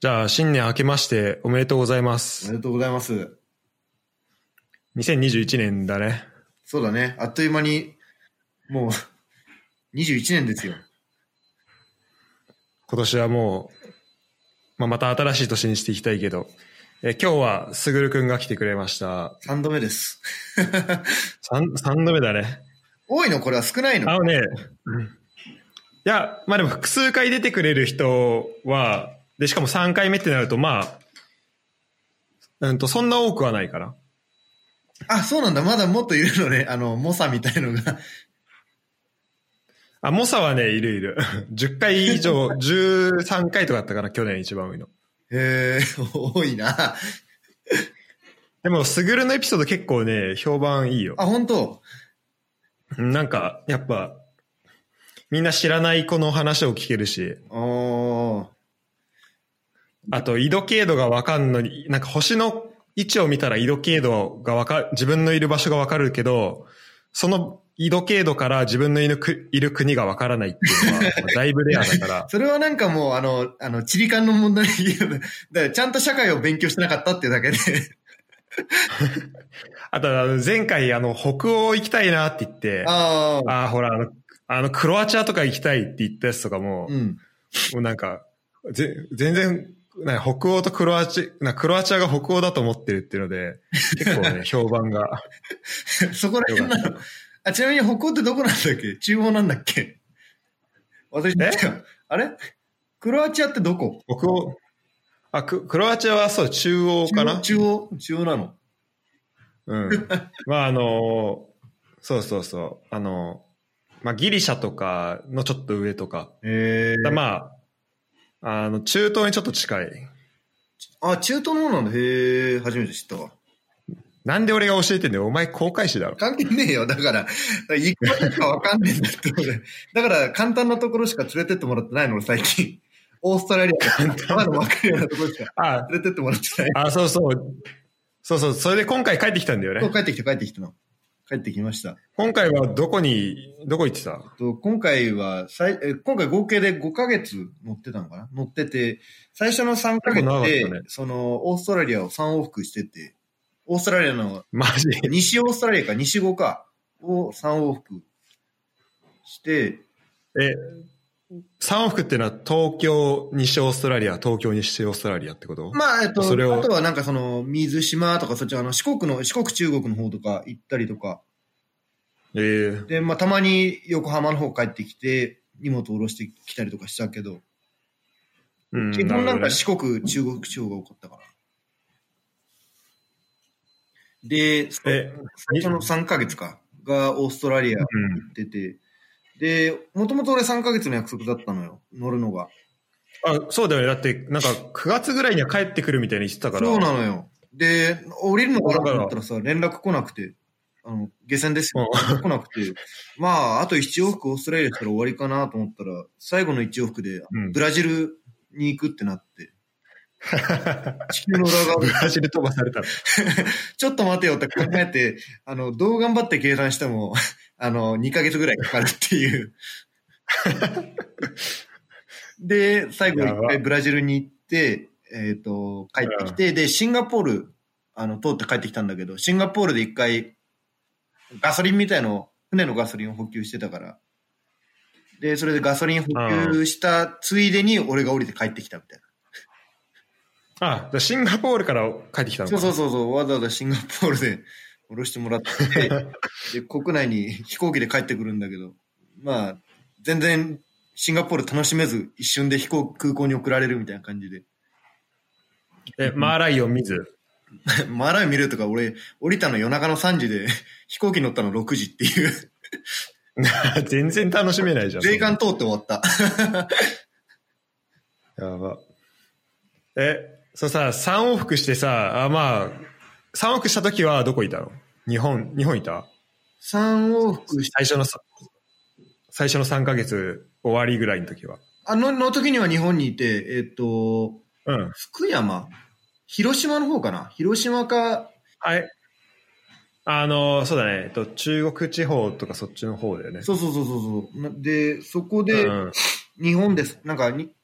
じゃあ、新年明けましておめでとうございまおす。めでとうございます。 2021年だね。そうだね。あっという間に、もう、21年ですよ。今年はもう、まあ、また新しい年にしていきたいけど、えー今日はすぐるくんが来てくれました。 3度目です。 3、三度目だね。多いのこれは少ないあののね、うんいや、まあでも複数回出てくれる人は、で、しかも3回目ってなると、まあ、うんと、そんな多くはないかな。あ、そうなんだ。まだもっといるのね。あの、猛者みたいのが。あ、モサはね、いるい る。10回以上、13回とかだったかな、去年一番多いの。へえ多いな。でも、スグルのエピソード結構ね、評判いいよ。あ、本当なんか、やっぱ、みんな知らない子の話を聞けるし、おー。あと、緯度経度がわかんのに、なんか星の位置を見たら緯度経度がわか、自分のいる場所がわかるけど、その緯度経度から自分のいるくいる国がわからないっていうのは、まあだいぶレアだ から、それはなんかもう、あの、あの、地理観の問題だけどだからちゃんと社会を勉強してなかったっていうだけで。あと、あの前回、あの、北欧行きたいなって言って、あああ。あー、ほら、あの、あの、クロアチアとか行きたいって言ったやつとかも、うん。もうなんか、ぜ全然、なんか北欧とクロアチ、なクロアチアが北欧だと思ってるっていうので、結構ね、評判が。そこら辺なの。あ、ちなみに北欧ってどこなんだっけ中央なんだっけ私、えあれクロアチアってどこ北欧、あ、ククロアチアはそう、中央かな中央中央なの。うん。まあ、あの、そうそうそう、あの、まあ、ギリシャとかのちょっと上とか、えだまあ、あの、中東にちょっと近い。あ、中東の方なんだ。へえ、初めて知ったわ。なんで俺が教えてんだよ。お前公開誌だろ。関係ねえよ。だから、行くかかわかんねえんだって俺。だから、簡単なところしか連れてってもらってないの、俺最近。オーストラリアとか、まだわかるようなところしかあ、連れてってもらってない。あ、そうそう。そうそう。それで今回帰ってきたんだよそうね。帰ってきた、帰ってきたの。帰ってきました。今回はどこに、どこ行ってたと今回は最、え今回合計で5ヶ月乗ってたのかな乗ってて、最初の3ヶ結構長か月で、ったねその、オーストラリアを3往復してて、オーストラリアのマジ西オーストラリアか西語かを3往復して、え、3往復ってのは東京、西オーストラリア、東京、西オーストラリアってこと、まあ、えっと、あそれをとはなんかその、水島とか、そっちあの、四国の、四国中国の方とか行ったりとか、ええで、まあ、たまに横浜の方帰ってきて、荷物下ろしてきたりとかしたけど、うん、基本なるんほどねか四国、中国地方が多かったから。で、そえ、最初の3ヶ月か、がオーストラリア行うん。ってて、で、もともと俺3ヶ月の約束だったのよ、乗るのが。あ、そうだよね。だって、なんか9月ぐらいには帰ってくるみたいに言ってたから。そうなのよ。で、降りるのだかなかとら思ったらさ、連絡来なくて、あの、下船ですよ。う来なくて、まあ、あと1往復オーストラリアしたら終わりかなと思ったら、最後の1往復で、うん ブラジルに行くってなって、地球の裏側ブラジル飛ばされた。ちょっと待てよって考 えて、あの、どう頑張って計算しても、あの、2ヶ月ぐらいかかるっ ていう。で、最後やば一回ブラジルに行って、えっ、と、帰ってきて、で、シンガポール、あの、通って帰ってきたんだけど、シンガポールで一回、ガソリンみたいのを、船のガソリンを補給してたから、で、それでガソリン補給したついでに、俺が降りて帰ってきたみたいな。あ、じゃあシンガポールから帰ってきたのそか。うそうそうそう、わざわざシンガポールで降ろしても らって、で国内に飛行機で帰ってくるんだけど、まあ、全然シンガポール楽しめず、一瞬で飛行空港に送られるみたいな感じで。 え、マーライオン見ず。 マーライオン見るとか、俺、降りたの夜中の3時で、飛行機乗ったの6時っていう、全然楽しめないじゃん。税関通って終わった。やば。え、そうさ、3往復してさ、あ、まあ、3往復した時はどこいたの日本、日本いた3往復し最初のさ、最初の3ヶ月終わりぐらいの時は。あの、の時には日本にいて、えっと、うん。福山広島の方かな広島か、はい。あの、そうだね。えっと、中国地方とかそっちの方だよね。そうそうそうそうそう。なで、そこで、うん日本です。なんかに、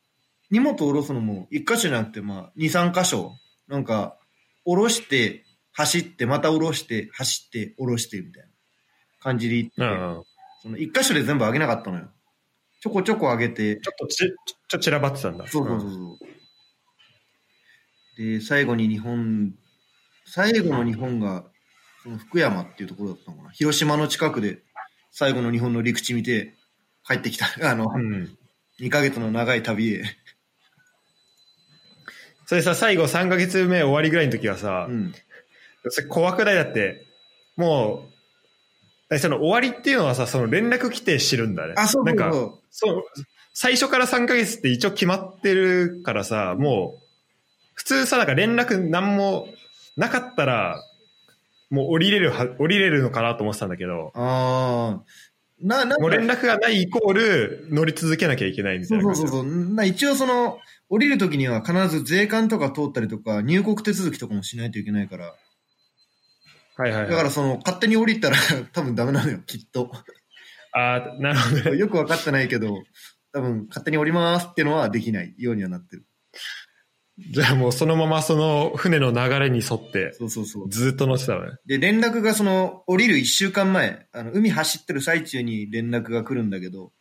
荷物を下ろすのも、一箇所じゃなくて、まあ、二、三箇所、なんか、下ろして、走って、また下ろして、走って、下ろして、みたいな感じで行って、うん。その一箇所で全部上げなかったのよ。ちょこちょこ上げて、ちょっとち、ちょっと散らばってたんだ。そうそうそうそう。で、最後に日本、最後の日本が、その福山っていうところだったのかな。広島の近くで、最後の日本の陸地見て、帰ってきた。あの、うん。うん2ヶ月の長い旅へ。それさ、最後3ヶ月目終わりぐらいの時はさ、うん。それ怖くないだって、もう、えその終わりっていうのはさ、その連絡規定してるんだね。あ、そうなそんうか、そそう、最初から3ヶ月って一応決まってるからさ、もう、普通さ、なんか連絡なんもなかったら、もう降りれるは、降りれるのかなと思ってたんだけど、う。ああ。な、なんかもう連絡がないイコール乗り続けなきゃいけないみたそいうなそ感うじそうそう。な一応その、降りるときには必ず税関とか通ったりとか、入国手続きとかもしないといけないから。はいはい、だかはいら。その、勝手に降りたら 多分ダメなのよ、きっと。ああ、なるほどね。よく分かってないけど、多分勝手に降りますってのはできないようにはなってる。じゃあもうそのままその船の流れに沿って、そうそうそう。ずっと乗ってたのね。で、連絡がその、降りる1週間前、あの、海走ってる最中に連絡が来るんだけど、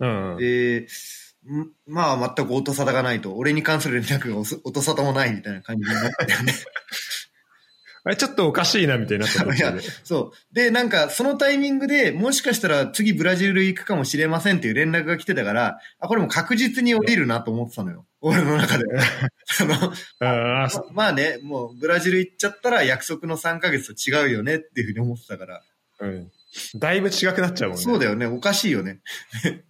うんうん。で、んまあ全く音沙汰がないと、俺に関する連絡がおす音沙汰もないみたいな感じになってたよね。あれちょっとおかしいなみたいになった時いやで。そう。で、なんか、そのタイミングで、もしかしたら次ブラジル行くかもしれませんっていう連絡が来てたから、あ、これもう確実に降りるなと思ってたのよ。俺 の中で。その、ああ、まそまあね、もうブラジル行っちゃったら約束の3ヶ月と違うよねっていうふうに思ってたから、うん。だいぶ違くなっちゃうもんね。そうだよね、おかしいよね。うん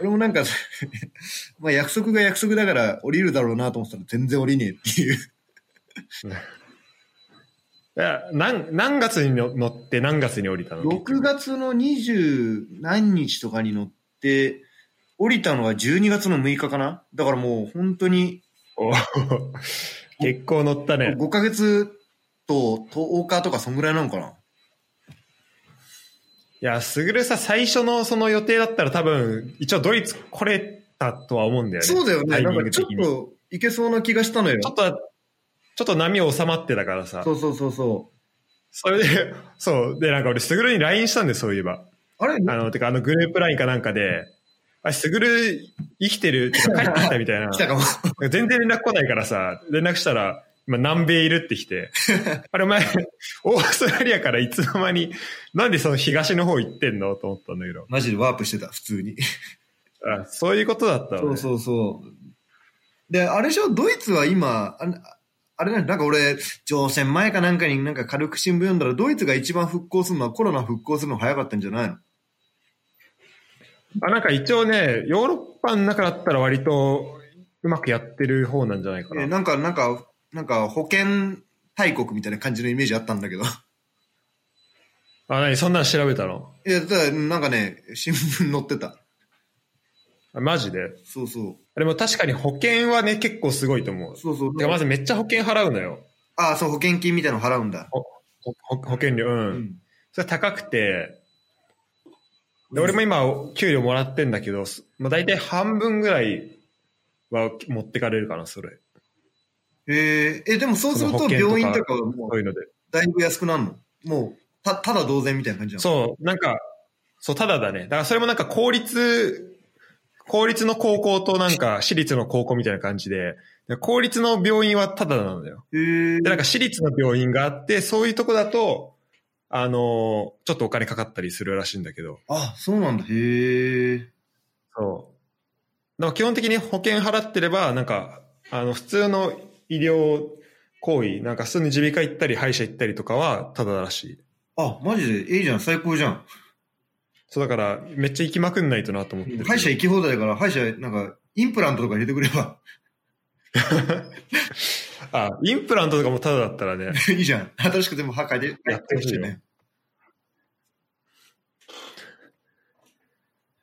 俺もなんか、 まあ約束が約束だから降りるだろうなと思ってたら全然降りねえっていう。いや何何月に乗って何月に降りたの6月の20何日とかに乗って、降りたのは12月の6日かなだからもう本当にお結構乗ったね。 5ヶ月と10日とかそんぐらいなのかないや、すぐるさ、最初のその予定だったら多分、一応ドイツ来れたとは思うんだよね。そうだよタね。イなミンんグかちょ的っに。ちょといけそうな気がしたのよ。っと、ちょっと波収まってたからさそ。うそうそうそそれで、 そう。で、なんか俺、すぐるに LINE したんで、そういえば。う。あれあの、てか、あのグループ LINE かなんかで、あ、すぐる生きてるてか帰ってきたみ たいな。来たかも。全然連絡来ないからさ、連絡したら、今南米いるって来 て、あれお前、オーストラリアからいつの間に、なんでその東の方行ってんのと思ったんだけど、マジでワープしてた、普通に。あそういうことだったその、うね。うそうそう。で、あれでしょ、ドイツは今、ああれなんなんか俺、乗船前かなんかになんか軽く新聞読んだら、ドイツが一番復興するのはコロナ復興するの早かったんじゃないのあなんか一応ね、ヨーロッパの中だったら割とうまくやってる方なんじゃないかえな。なんか、なんか、なんか保険大国みたいな感じのイメージあったんだけど。 あ、なにそんなん調べたのいや、ただ、なんかね、新聞載ってた。あマジで。そうそでも確かに保険はね、結構すごいと思うう。。そうそう。てかまずめっちゃ保険払うのよ。ああ、そう、保険金みたいなの払うんだ。ほほ保険料、ううん。それ高くて、で俺も今、給料もらってんだけど、すまあ、大体半分ぐらいは持ってかれるかな、それ。ええ、でもそうするそのと保険とか病院とかはもそういうので。う、だいぶ安くなるのもう、た、ただ同然みたいな感じなのそう、なんか、そう、ただだね。だからそれもなんか公立、公立の高校となんか私立の高校みたいな感じで、で公立の病院はただなんだよ。へえで、なんか私立の病院があって、そういうとこだと、あのーちょっとお金かかったりするらしいんだけど。あ、そうなんだ。へえ。そう。だから基本的に保険払ってれば、なんか、あの、普通の医療行為、なんか普通に耳鼻科行ったり、歯医者行ったりとかは、ただらしい。あ、マジで、いいじゃん、最高じゃん。そうだから、めっちゃ行きまくんないとなと思ってるけど。歯医者行き放題だから、歯医者、なんか、インプラントとか入れてくれば、あ、インプラントとかもただだったらね。 いいじゃん。新しく全部歯変えて、やってほしいよ。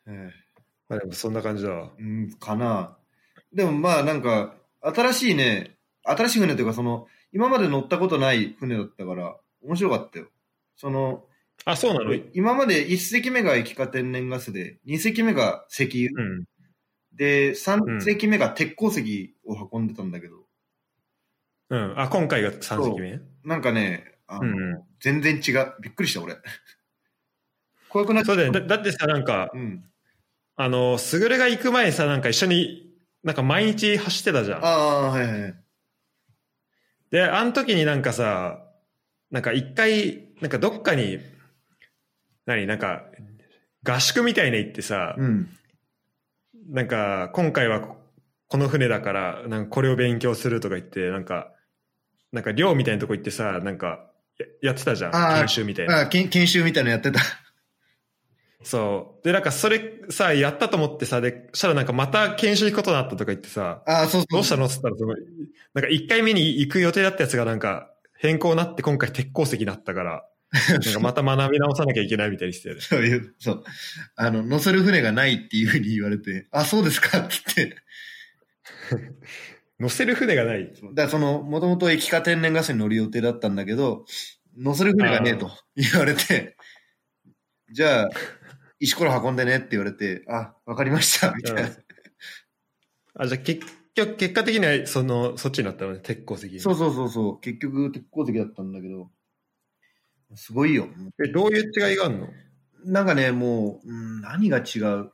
えまあでもそんな感じだわ。えうん、かな。でもまあ、なんか、新しいね、新しい船というか、その、今まで乗ったことない船だったから、面白かったよ。その、あ、そうなのう今まで1隻目が液化天然ガスで、2隻目が石油。ん。で、う3ん隻目が鉄鉱石を運んでたんだけど、うん。あ、今回が3隻目なんかね、あのうんう全然違う。びっくりした、俺。 怖くなっそうだよね。だだってさ、なんかう、ん。あの、すぐれが行く前さ、なんか一緒に、なんか毎日走ってたじゃん。ああー、はいはいはい。で、あの時になんかさ、なんか一回、なんかどっかに、何、なんか、合宿みたいに行ってさ、うん。なんか、今回はここの船だから、なんかこれを勉強するとか言って、なんか、なんか寮みたいなとこ行ってさ、なんか、ややってたじゃん。あー研修みたいな。ああ、研研修みたいなのやってた。 そう。で、なんかそれさ、やったと思ってさ、で、そしたらなんかまた研修行くことになったとか言ってさ、ああ、そうそう。どうしたのっつったら、その、なんか一回目に行く予定だったやつがなんか変更になって今回鉄鉱石になった から、なんかまた学び直さなきゃいけないみたいにしてたよね。そういう、そう。あの、乗せる船がないっていうふうに言われて、あ、そうですかって言って。乗せる船がない。だからその、もともと液化天然ガスに乗る予定だったんだけど、乗せる船がねえと言われて、じゃあ、石ころ運んでねって言われて、あ、わかりました、みたいな。あ、じゃあ結局、結果的にはその、そっちになったのね、鉄鉱石。そうそうそうそう。結局、鉄鉱石だったんだけど、すごいよ。え、どういう違いがあるのなんかね、もう、うん、何が違う。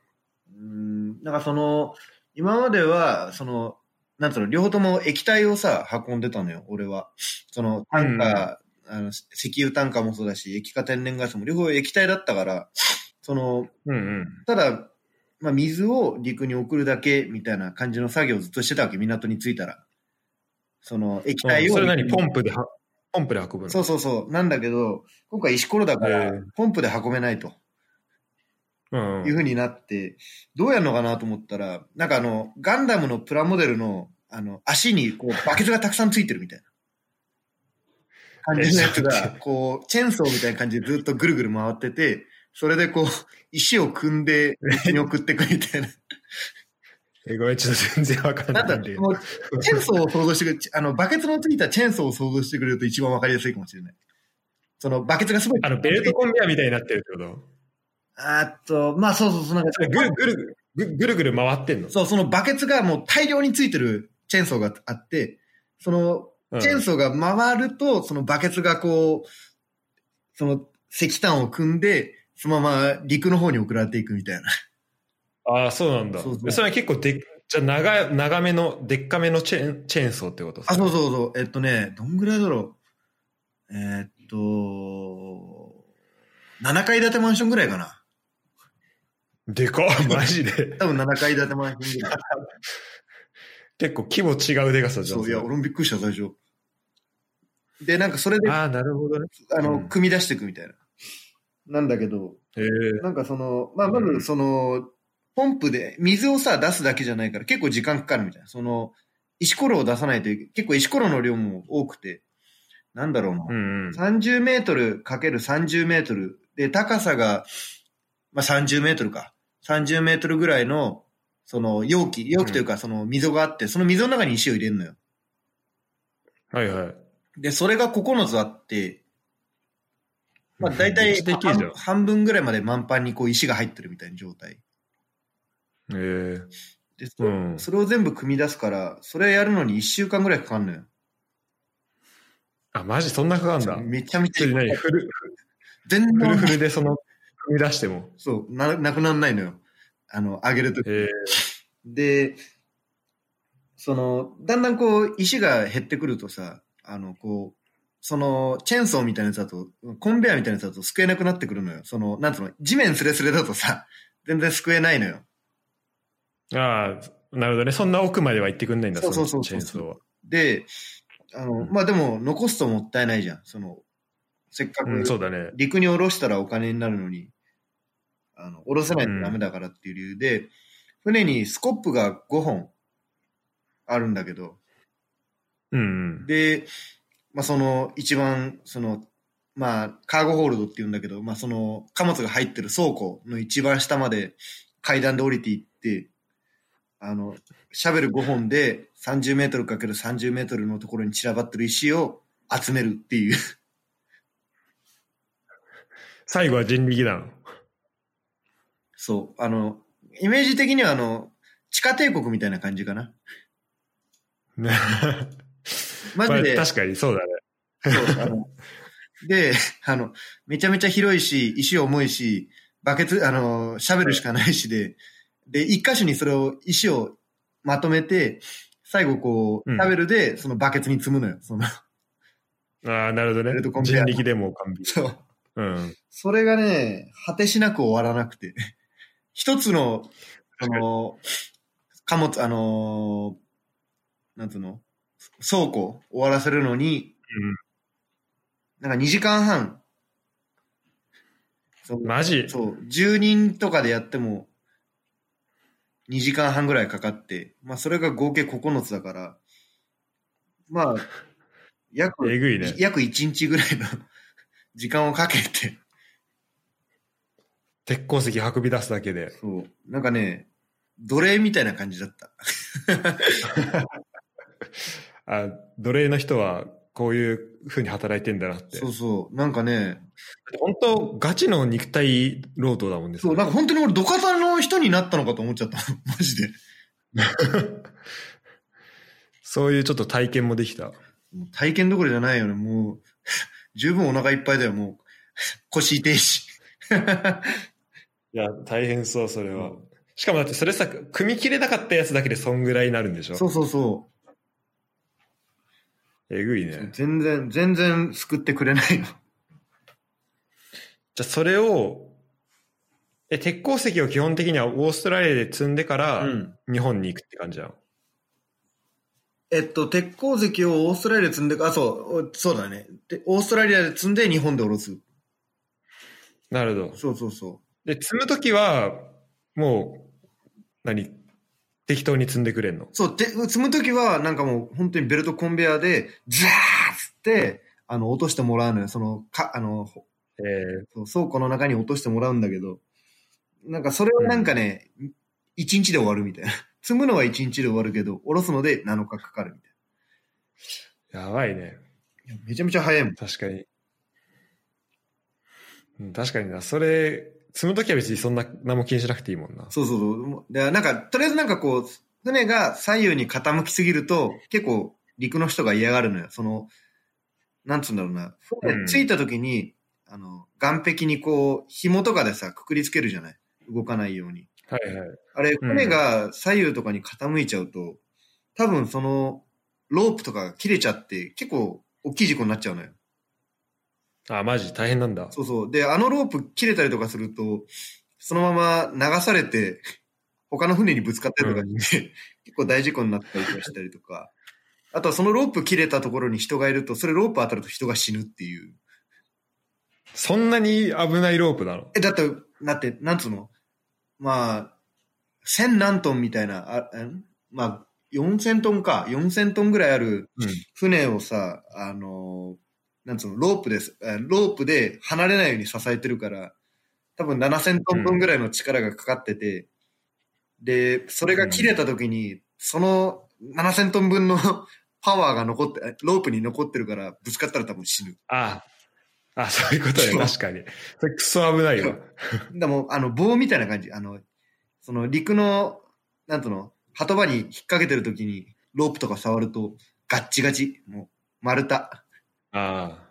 うん、なんかその、今までは、その、なんつうの、両方とも液体をさ、運んでたのよ、俺は。その、タンカー、あの、石油タンカーもそうだし、液化天然ガスも両方液体だったから、その、うんうん。ただ、まあ、水を陸に送るだけみたいな感じの作業をずっとしてたわけ、港に着いたら。その、液体を。それ何ポンプでは、ポンプで運ぶのそうそうそう。なんだけど、今回石ころだかえらー、ポンプで運べないと。うんいうふうになって、どうやるのかなと思ったら、なんかあの、ガンダムのプラモデルの、あの、足 にこう、バケツがたくさんついてるみたいな。感じのやつえちょっとが、こう、チェーンソーみたいな感じでずっとぐるぐる回ってて、それでこう、石を組んで、道に送ってくみ たいな。えごめん、ちょっと全然わかんなないんんだだけどこうチェーンソーを想像してくれ、あの、バケツのついたチェーンソーを想像してくれると一番わかりやすいかもしれない。その、バケツがすごい。あの、ベルトコンベアみたいになってるってこあと、まあそうそうそう、なんか、とぐるぐるぐる、ぐるぐる回ってんのそう、そのバケツがもう大量についてるチェーンソーがあって、そのうんチェーンソーが回ると、そのバケツがこう、その石炭を組んで、そのまま陸の方に送られていくみたいな。ああ、そうなんだ。そそうそうれは結構でっ、じゃあ長い、長めの、でっかめのチェーン、チェーンソーってことあ、そうそうそう。えっとね、どんぐらいだろう。えーっと、7階建てマンションぐらいかな。でかっマジで。多分7階建てマンション ぐらい。結構規模違うでかさじゃん。そう、いれや、俺もびっくりした、最初。で、なんかそれで、あああ、なるほどね。の、うん組み出していくみたいな。なんだけど、へえ。なんかその、まあ、まずその、ポンプで水をさ、出すだけじゃないから結構時間かかるみたいな。その、石ころを出さないといけ結構石ころの量も多くて、なんだろうな。うんうん。 30メートルかける30メートル。で、高さが、まあ、30メートルか。30メートルぐらいの、その容器、容器というかその溝があって、その溝の中に石を入れるのよ。はいはい。で、それが9つあって、まあ、め大っ体ちゃでけえじゃん半半分ぐらいまで満帆にこう石が入ってるみたいな状態。へえ。で、そうん。それを全部組み出すから、それやるのに1週間ぐらいかかんのよ。あ、マジそんなかかんだ。めちゃめそちれゃ、何フル、全フル然フ、ルでその、踏み出しても。そうな、なくならないのよ。あの、上げるとき。へえ。で、その、だんだんこう、石が減ってくるとさ、あの、こう、その、チェーンソーみたいなやつだと、コンベアみたいなやつだとすくえなくなってくるのよ。その、なんつうの、地面スレスレだとさ、全然すくえないのよ。ああ、なるほどね。そんな奥までは行ってくんないんだ、そうそうそうのチェーンソーは。で、あの、まあ、でも、残すともったいないじゃん。その、せっかく、うん、そうだね。陸に下ろしたらお金になるのに、あの、下ろさないとダメだからっていう理由で、船にスコップが5本あるんだけど、うんうん。で、まあ、その、一番、その、まあ、カーゴホールドって言うんだけど、まあ、その、貨物が入ってる倉庫の一番下まで階段で降りていって、あの、シャベル5本で30メートルかける30メートルのところに散らばってる石を集めるっていう。最後は人力だの。そう。あの、イメージ的にはあの、地下帝国みたいな感じかな。ねマジで まあ、確かにそうだね。そうあので、あの、めちゃめちゃ広いし、石重いし、バケツ、あの、シャベルしかないしで、で、一箇所にそれを、石をまとめて、最後こう、うシんャベルで、そのバケツに積むのよ。その、ああ、なるほどそれとコね。ンペア人力でも完備。そう。うん。それがね、果てしなく終わらなくて。 一つの、あの、貨物、あの、なんつうの倉庫終わらせるのに、なんか2時間半。そううん。マジそう、10人とかでやっても、2時間半ぐらいかかって、まあそれが合計9つだから、まあ、約、えぐいね約1日ぐらいの 時間をかけて、鉄鉱石運び出すだけで。そう、なんかね、奴隷みたいな感じだった。あ奴隷の人はこういう風に働いてんだなって。そうそう、なんかね、本当ガチの肉体労働だもんね。そう、なんか本当に俺、土方の人になったのかと思っちゃった。 マジで。そういうちょっと体験もできた。もう体験どころじゃないよね、もう、 十分お腹いっぱいだよ、もう、 腰痛いし。いや、大変そう、それはしかもだってそれさ、組み切れなかったやつだけでそんぐらいになるんでしょ そうそうそう。えぐいね。全然、全然救ってくれないよ。じゃあそれを、え、鉄鉱石を基本的にはオーストラリアで積んでから日本に行くって感じじゃん。えっと、鉄鉱石をオーストラリアで積んで、あ、そう、おそうだね。で、オーストラリアで積んで日本で下ろす。なるほど。そうそうそで、積むときは、もう、何適当に積んでくれんのう。そう、で、積むときは、なんかもう本当にベルトコンベアで、ザーッつって、あの、落としてもらうのよ。その、か、あの、ほえそう倉庫の中に落としてもらうんだけど、なんかそれをなんかね、一、日で終わるみたいな。積むのは一日で終わるけど、下ろすので7日かかるみたいー、やばいね。な。いやめちゃめちゃ早いもん。確かに。うん、確かにな。それ、積むときは別にそんな何も気にしなくていいもんな。そうそうそう。で、なんか、とりあえずなんかこう、船が左右に傾きすぎると、結構陸の人が嫌がるのよ。その、なんつうんだろうな。う船ん着いた時に、あの、岸壁にこう、紐とかでさ、くくりつけるじゃない動かないように。はいはい。あれ、船が左右とかに傾いちゃうと、多分その、ロープとかが切れちゃって、結構大きい事故になっちゃうのよ。あ、マジ大変なんだ。そうそう。で、あのロープ切れたりとかすると、そのまま流されて、 他の船にぶつかったりとかして、 結構大事故になったりとかしたりとか。あとはそのロープ切れたところに人がいると、それロープ当たると人が死ぬっていう。そんなに危ないロープなのえ、だって、だって、なんつうのまあ、千何トンみたいな、あんまあ、四千トンか、四千トンぐらいあるうん船をさ、あの、なんつうの、ロープです、えロープで離れないように支えてるから、多分七千トン分ぐらいの力がかかってて、で、それが切れた時に、その七千トン分の パワーが残って、ロープに残ってるから、ぶつかったら多分死ぬ。ああ、そういうことね。そう確かに。それクソ危 ないわ。でも、あの、棒みたいな感じ。あの、その、陸の、なんとの、鳩場に引っ掛けてる時に、ロープとか触ると、ガッチガチ。もう、丸太。ああ。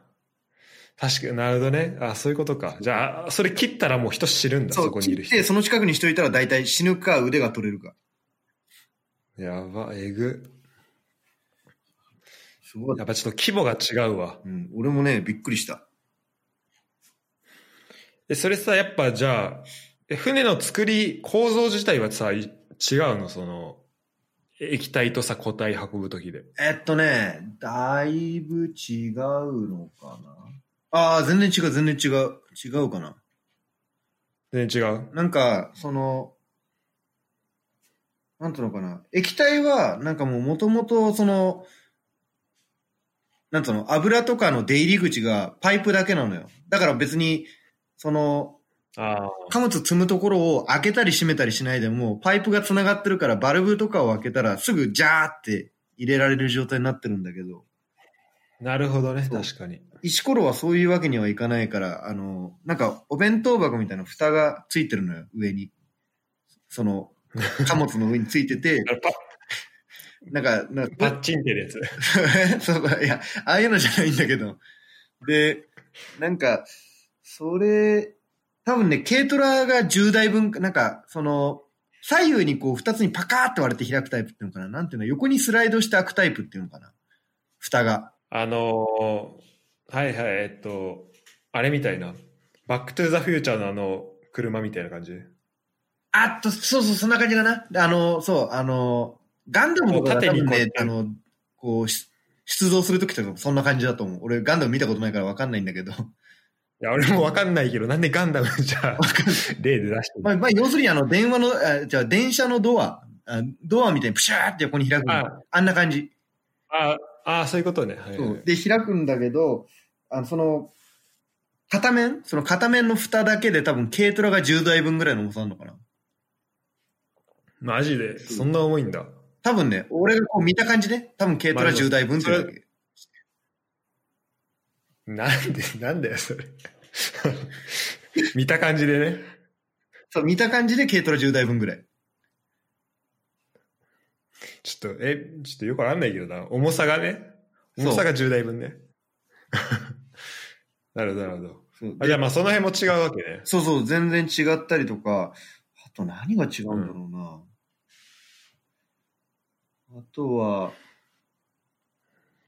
確かになるほどね。あそういうことか。じゃあ、それ切ったらもう人知るんだ、そそう、こにい切るっ人。て、その近くに人いたら大体死ぬか腕が取れるか。やば、えぐ。すごいや。っぱちょっと規模が違うわ。うん、俺もね、びっくりした。え、それさ、やっぱじゃあ、え船の作り、構造自体はさ、い違うのその、液体とさ、固体運ぶときで。えっとね、だいぶ違うのかな。ああ、全然違う、全然違う。違うかな。全然違うなんか、その、なんていうのかな。液体は、なんかもう元々、その、なんていうの、油とかの出入り口がパイプだけなのよ。だから別に、その、ああ。貨物積むところを開けたり閉めたりしないでも、パイプが繋がってるから、バルブとかを開けたら、すぐジャーって入れられる状態になってるんだけど、なるほどね。そう確かに。石ころはそういうわけにはいかないから、あの、なんかお弁当箱みたいな蓋がついてるのよ、上に。その、貨物の上についてて、 あのパなんか、なんパ かッチンってやつ。 そうだ、いや、ああいうのじゃないんだけど。で、なんか、それ、多分ね、軽トラが10台分か、なんか、その、左右にこう2つにパカーって割れて開くタイプっていうのかななんていうの横にスライドして開くタイプっていうのかな蓋が。あのーはいはい、えっと、あれみたいな。バックトゥーザフューチャーのあの、車みたいな感じ。あっと、そうそう、そんな感じかな。であの、そう、あの、ガンダムとかが多分こう縦ねに、こうあの、こう、し出動するときとかもそんな感じだと思う。俺、ガンダム見たことないからわかんないんだけど。 いや、俺もわかんないけど、なんでガンダムじゃあ、例で出してるまあ、まあ、要するに、あの、電話の、あじゃあ、電車のドア、あドアみたいにプシャーって横に開くのああんな感じ。ああー、そういうことね。はい、そうで、開くんだけど、あの、その、片面その片面の蓋だけで多分軽トラが10台分ぐらいの重さあるのかなマジで、そうそんな重いんだ。多分ね、俺がこう見た感じね、多分軽トラ10台分っていうだけ。なんで、 なんだよ、それ。見た感じでね。そう、見た感じで軽トラ10台分ぐらい。ちょっと、え、ちょっとよくわかんないけどな。重さがね。重さが10台分ね。 なるほど、なるほど。そうあじゃあまあ、その辺も違うわけね。そうそう、全然違ったりとか、あと何が違うんだろうな。あとは、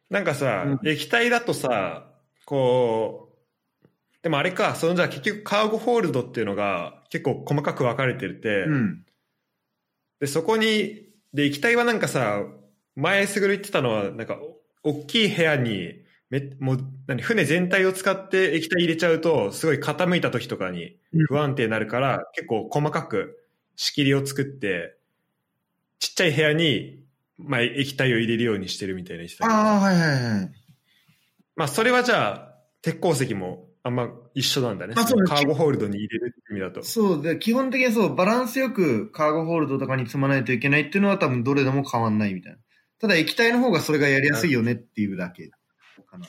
なんかさ、う液体だとさ、こう、でもあれか、そのじゃあ結局カーゴホールドっていうのが結構細かく分かれてて、うん。で、そこに、で、液体はなんかさ、前すぐる言ってたのは、なんか、お大きい部屋に、めもう、何、船全体を使って液体入れちゃうと、すごい傾いた時とかにうん不安定になるから、結構細かく仕切りを作って、ちっちゃい部屋に、まあ、液体を入れるようにしてるみたいな言ってたけどああ、はいはいはい。まあ、それはじゃあ、鉄鉱石もあんま一緒なんだね。あそうですカーゴホールドに入れるって意味だと。そうで、基本的にそう、バランスよくカーゴホールドとかに積まないといけないっていうのは多分どれでも変わんないみたいな。ただ液体の方がそれがやりやすいよねっていうだけかな。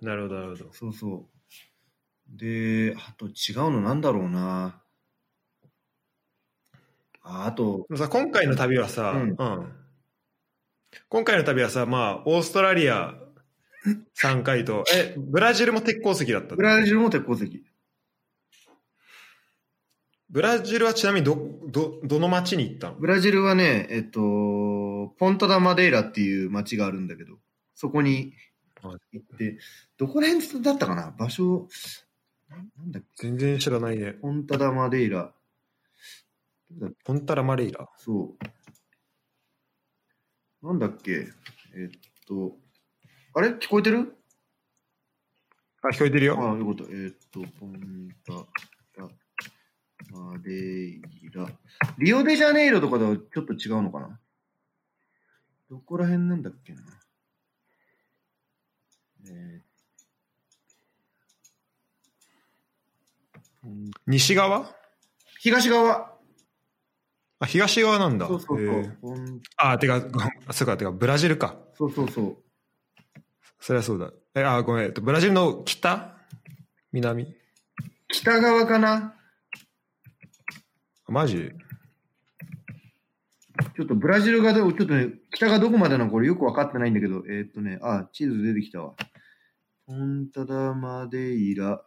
なるほど、なるほど。そうそう。で、あと違うのなんだろうな。ああと、でもさ今回の旅はさ、ううんん今回の旅はさ、まあ、オーストラリア3回と、え、ブラジルも鉄鉱石だったのブラジルも鉄鉱石。ブラジルはちなみにど、ど、どの町に行ったのブラジルはね、えっと、ポンタダ・マデイラっていう町があるんだけど、そこに行って、どこら辺だったかな場所、ななんだっけ全然知らないね。ポンタダ・マデイラ。どうだポンタラマレイラ。そう。なんだっけえっと、あれ聞こえてるあ、聞こえてるあよ。あ、よかった。えっと、ポンタダ・マデイラ。リオデジャネイロとかとはちょっと違うのかなどこら辺なんだっけなえーポン西側東側あ、東側なんだ。そうそうへそーう。ポンあ、てか、ごめんあそうか、てか、ブラジルか。そうそうそう。そりゃそうだ。え、あ、ごめんえっと。ブラジルの北南北側かなあマジちょっとブラジルがど、ちょっとね、北がどこまでなのかこれよく分かってないんだけど、えーっとね、あ、地図出てきたわ。ポンタダマデイラ。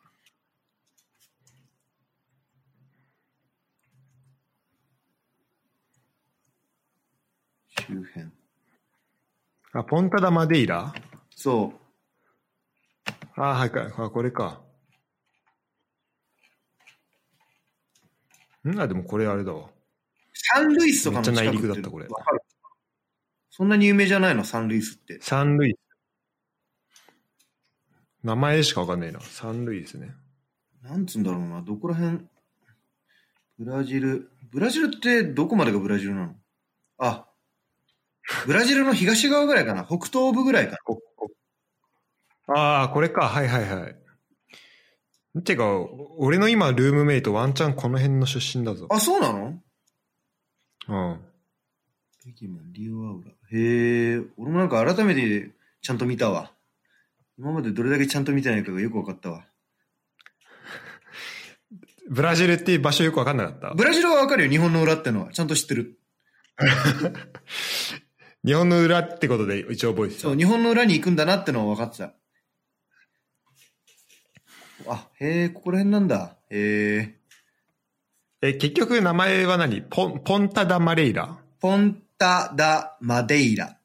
周辺。あ、ポンタダマデイラそあ、はいか、あこれか。んあ、でもこれあれだわ。う。サンルイスとかの近くめっちゃ内陸だったこれわかるそんなに有名じゃないの、サンルイスって。サンルイス。名前しかわかんないな。サンルイスね。なんつうんだろうな、どこら辺ブラジル。ブラジルってどこまでがブラジルなのあ、ブラジルの東側ぐらいかな北東部ぐらいかなああ、これか。はいはいはい。てか、俺の今、ルームメイト、ワンチャンこの辺の出身だぞ。あ、そうなのうん。北京マンリオアウラ。へえ、俺もなんか改めてちゃんと見たわ。今までどれだけちゃんと見てないかがよくわかったわ。ブラジルっていう場所よくわかんなかったブラジルはわかるよ、日本の裏ってのは。ちゃんと知ってる。日本の裏ってことで一応覚えてたそう、。日本の裏に行くんだなってのは分かってた。あ、へえ、ここら辺なんだ。へえ。え、結局名前は何ポン、ポンタダマレイラポンタ・ダ・マデイラ。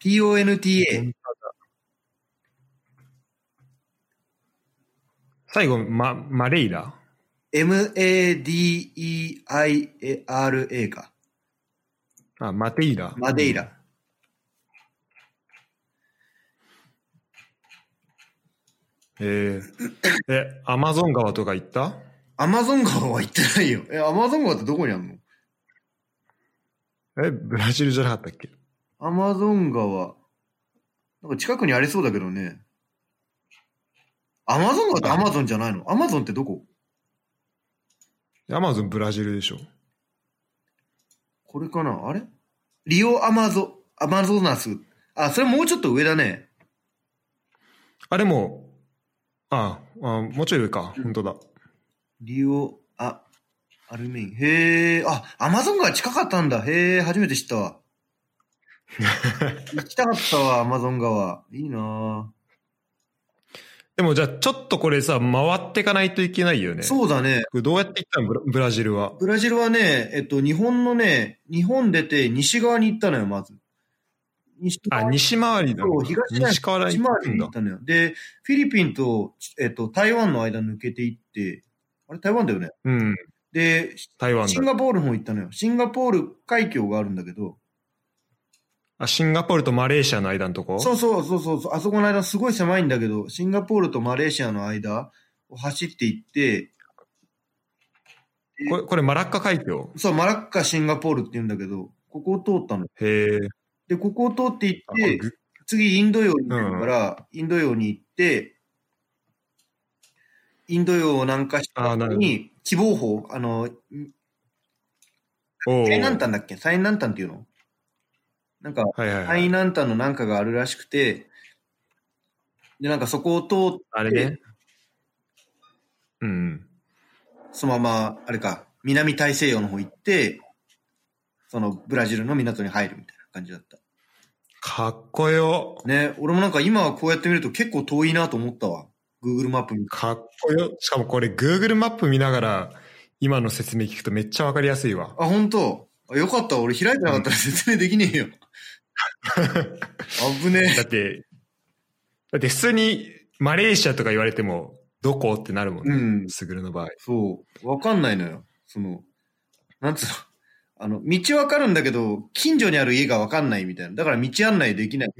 PONTA。最後、ま、マレイラ MADEIRA か。あ、マテイラ。マデイラ。えー、え、アマゾン川とか行ったアマゾン川は行ってないよ。え、アマゾン川ってどこにあんのえ、ブラジルじゃなかったっけアマゾン川。なんか近くにありそうだけどね。アマゾン川ってアマゾンじゃないのアマゾンってどこアマゾンブラジルでしょ。これかなあれリオアマゾ、アマゾナス。あ、それもうちょっと上だね。あ、でも、あ、あもうちょい上か。本当だ。リオ、あ、アルメイン。へえ、あ、アマゾン川近かったんだ。へえ、初めて知っ たわ。行きたかったわ、アマゾン川。いいなぁでもじゃあ、ちょっとこれさ、回ってかないといけないよね。そうだね。う。どうやって行ったのブラブラジルは。ブラジルはね、えっと、日本のね、日本出て西側に行ったのよ、まず。西あ、側に西回りだ。そう東側西から西行回くりんに行だっ。たのよ。で、フィリピンと、えっと、台湾の間抜けて行って、あれ、台湾だよね。うん。で、台湾シだン。ガポールの方行ったのよ。シンガポール海峡があるんだけど、あ、シンガポールとマレーシアの間のとこそうそうそうそうそう、あそこの間すごい狭いんだけど、シンガポールとマレーシアの間を走っていって、これ、これマラッカ海峡。そう、マラッカ、シンガポールって言うんだけど、ここを通ったの。へえ。で、ここを通っていっあて、ぐ次インド洋に行くから、インド洋に行って、インド洋を南下したあーなるほ後どに、希望峰、あの、おう最南端だっけ最南端っていうのなんか、はいはいは最い。南端のなんかがあるらしくて、で、なんかそこを通って、あれね。うん。そのまま、あれか、南大西洋の方行って、そのブラジルの港に入るみたいな感じだった。かっこよ。ね、俺もなんか今こうやって見ると結構遠いなと思ったわ。Google マップに。かっこよ。しかもこれ Google マップ見ながら今の説明聞くとめっちゃわかりやすいわ。あ、本当あよかった。俺開いてなかったら説明できねえよ。危ねだって、だって普通にマレーシアとか言われてもどこってなるもんえ。うね。ん。すぐるの場合。そう。わかんないのよ。その、なんつうの。あの、道わかるんだけど、近所にある家がわかんないみたいな。だから道案内できない。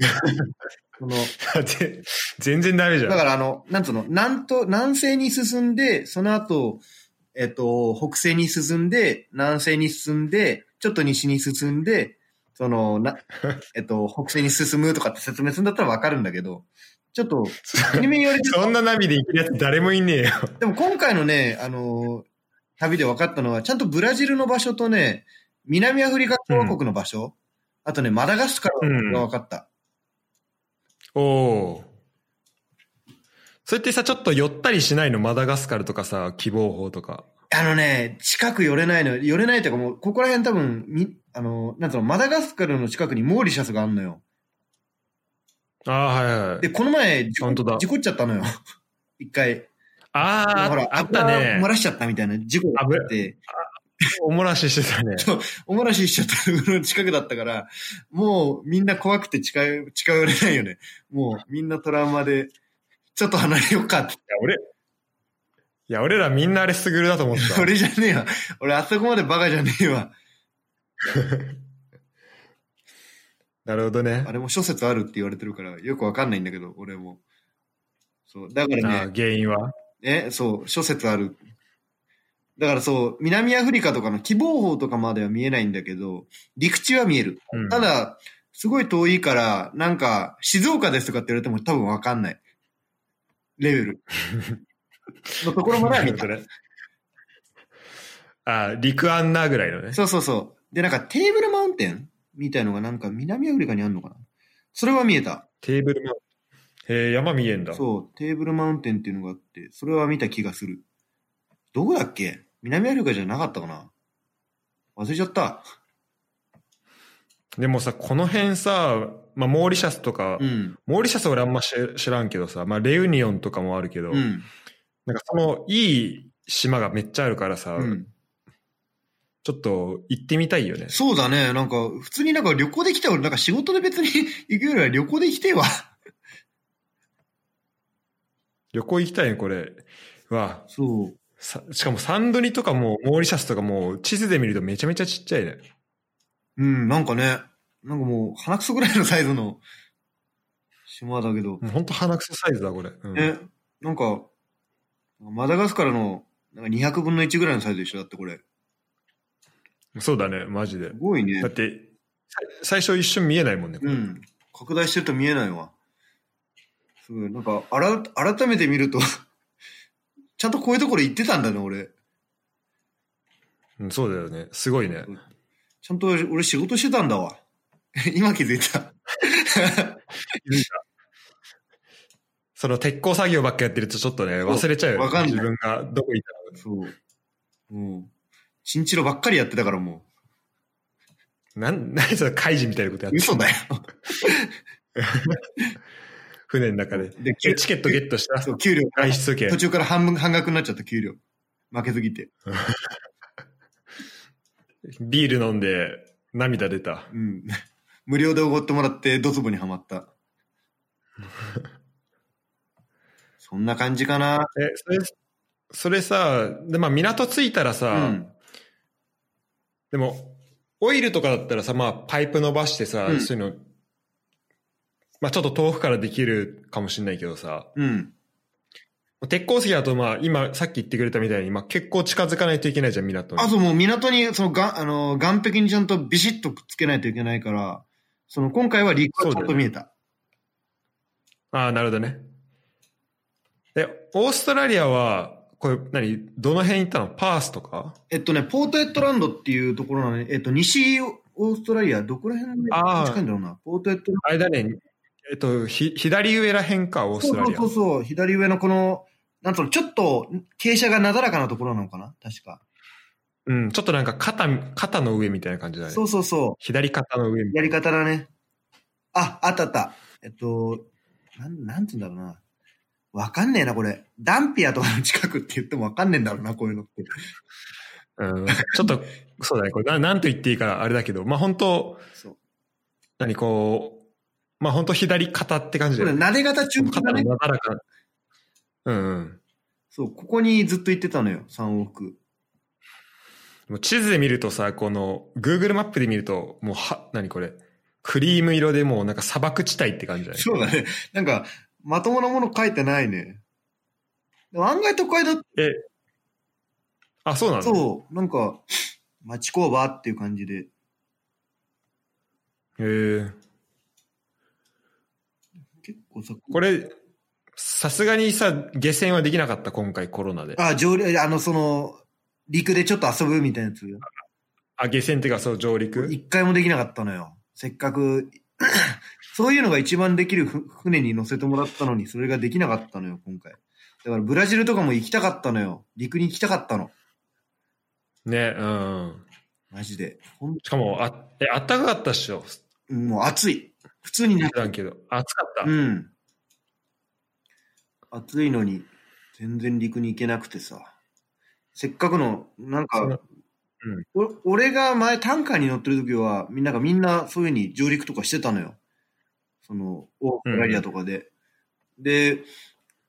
その、だって全然ダメじゃん。だからあの、なんつうの、南と、南西に進んで、その後、えっと、北西に進んで、南西に進んで、ちょっと西に進んで、その、な、えっと、北西に進むとかって説明するんだったらわかるんだけど、ちょっと、アニメに言われてるそんなナビで行けるやつ誰もいねえよ。でも今回のね、あの、旅で分かったのは、ちゃんとブラジルの場所とね、南アフリカ共和国の場所、あとね、マダガスカルが分かった。おお。それってさ、ちょっと寄ったりしないのマダガスカルとかさ、希望法とか。あのね、近く寄れないのよ。寄れないというかもう、ここら辺多分、み、あの、なんつうの、マダガスカルの近くにモーリシャスがあんのよ。ああ、はいはい。で、この前、事故本当だ事故っちゃったのよ。 一回。あほら、あ、あったね油漏。らしちゃったみたいな事故があって、おもらししてたね。お漏らししちゃったところの近くだったから、もうみんな怖くて近い、近寄れないよね。もうみんなトラウマで、ちょっと離れようかって。いや、俺、いや、俺らみんなあれすぐるだと思ってた。俺じゃねえわ。俺あそこまでバカじゃねえわ。なるほどねあ。れも諸説あるって言われてるから、よくわかんないんだけど、俺も。そう。だかあらね、ー原因は。え、そう、諸説ある。だからそう、南アフリカとかの希望峰とかまでは見えないんだけど、陸地は見える。うんただ、すごい遠いから、なんか、静岡ですとかって言われても多分わかんない。レベ ル。のところまでは見たそ。れ あー陸アンナーぐらいのね。そうそうそう。で、なんかテーブルマウンテンみたいのがなんか南アフリカにあるのかなそれは見えた。テーブルマウンへえ、山見えんだ。そう、テーブルマウンテンっていうのがあって、それは見た気がする。どこだっけ南アフリカじゃなかったかな忘れちゃった。でもさ、この辺さ、まあ、モーリシャスとか、うん。モーリシャス俺あんまし知らんけどさ、まあ、レユニオンとかもあるけど、うん。なんかその、いい島がめっちゃあるからさ、うん。ちょっと行ってみたいよね。そうだね。なんか、普通になんか旅行できた俺、なんか仕事で別に 行くよりは旅行で行きてえわ。旅行行きたいね、これ。わあそう。さしかもサンドニとかも、モーリシャスとかも、地図で見るとめちゃめちゃちっちゃいね。うん、なんかね、なんかもう鼻くそぐらいのサイズの島だけど、もうほんと鼻くそサイズだ、これ。うんね、なんか、マダガスカルのなんか200分の1ぐらいのサイズでしょだってこれ。そうだね、マジで。すごいねだっ。て、さ最初一瞬見えないもんね、こうれん。拡大してると見えないわ。すごい。なんか、あら、改めて見ると、 ちゃんとこういうところ行ってたんだね、俺。うんそうだよね。すごいね。ちゃんと俺仕事してたんだわ。 今気づいた。その鉄鋼作業ばっかやってるとちょっとね、忘れちゃうよ、ね。わかんない自分がどこいたそう。もう、チンチロばっかりやってたからもう。のなん、 何その怪事みたいなことやってる嘘だよ。 船の中で。で、えチケットゲットしたそう給料外出券途。中から半分、半額になっちゃった、給料。負けすぎて。ビール飲んで涙出た。うん。 無料でおごってもらって、ドツボにはまった。そんな感じかな。え、それ、それさ、で、まあ港着いたらうさ、ん。でも、オイルとかだったらさ、まあパイプ伸ばしてさ、うんそういうの、まあちょっと遠くからできるかもしれないけどさ、うん。鉄鉱石だとまあ今さっき言ってくれたみたいに、まあ結構近づかないといけないじゃん、港に。あともう港に、そのが、あの、岸壁にちゃんとビシッとくっつけないといけないから、その、今回は陸がちゃんと見えた。ああ、なるほどね。で、オーストラリアは、これ、何どの辺行ったのパースとかえっとね、ポートエットランドっていうところなのに、えっと、西オーストラリア、どこら辺であー近いんだろうな。ポートエットランドあれだね。えっと、ひ、左上ら辺か、オーストラリア。そうそうそうそう、左上のこの、なんつうの、ちょっと傾斜がなだらかなところなのかな確か。うん、ちょっとなんか肩、肩の上みたいな感じだねそ。うそうそ左肩の上みう、たいやり方だね。あ、あったあった。えっと、なん、なんつうんだろうな。わかんねえな、これ。ダンピアとかの近くって言ってもわかんねえんだろうな、こういうのって。な。うん、ちょっ と、そうだね。これ、ななんと言っていいか、あれだけど、まあ、本当そう。何こう、まあ、本当左肩って感じこだよれ、ね。撫で方中この腹肩だのね。なだらかな。うん、うん。そう、ここにずっと行ってたのよ、3億。もう地図で見るとさ、この Google マップで見ると、もうは、何これ、クリーム色でもうなんか砂漠地帯って感じだね。そうだね。なんか、まともなもの書いてないね。でも案外都会だっあ、そうなのそう、なんか、町工場っていう感じで。へえ。結構さ、これ、さすがにさ、下船はできなかった、今回コロナで。あ、あ、上流、あの、その、陸でちょっと遊ぶみたいなやつ。下船っていうか、そう、上陸一回もできなかったのよ。せっかく、 そういうのが一番できるふ船に乗せてもらったのに、それができなかったのよ、今回。だから、ブラジルとかも行きたかったのよ。陸に行きたかったの。ね、うん。マジで。ほんしかも、あ、え、あったかかったっしょ。もう暑い。普通に普な、段けど。暑かった。うん。暑いのに、全然陸に行けなくてさ。せっかくの、なんそか、のお俺が前タンカーに乗ってる時はみんながみんなそういうふうに上陸とかしてたのよそのオーストラリアとかで、で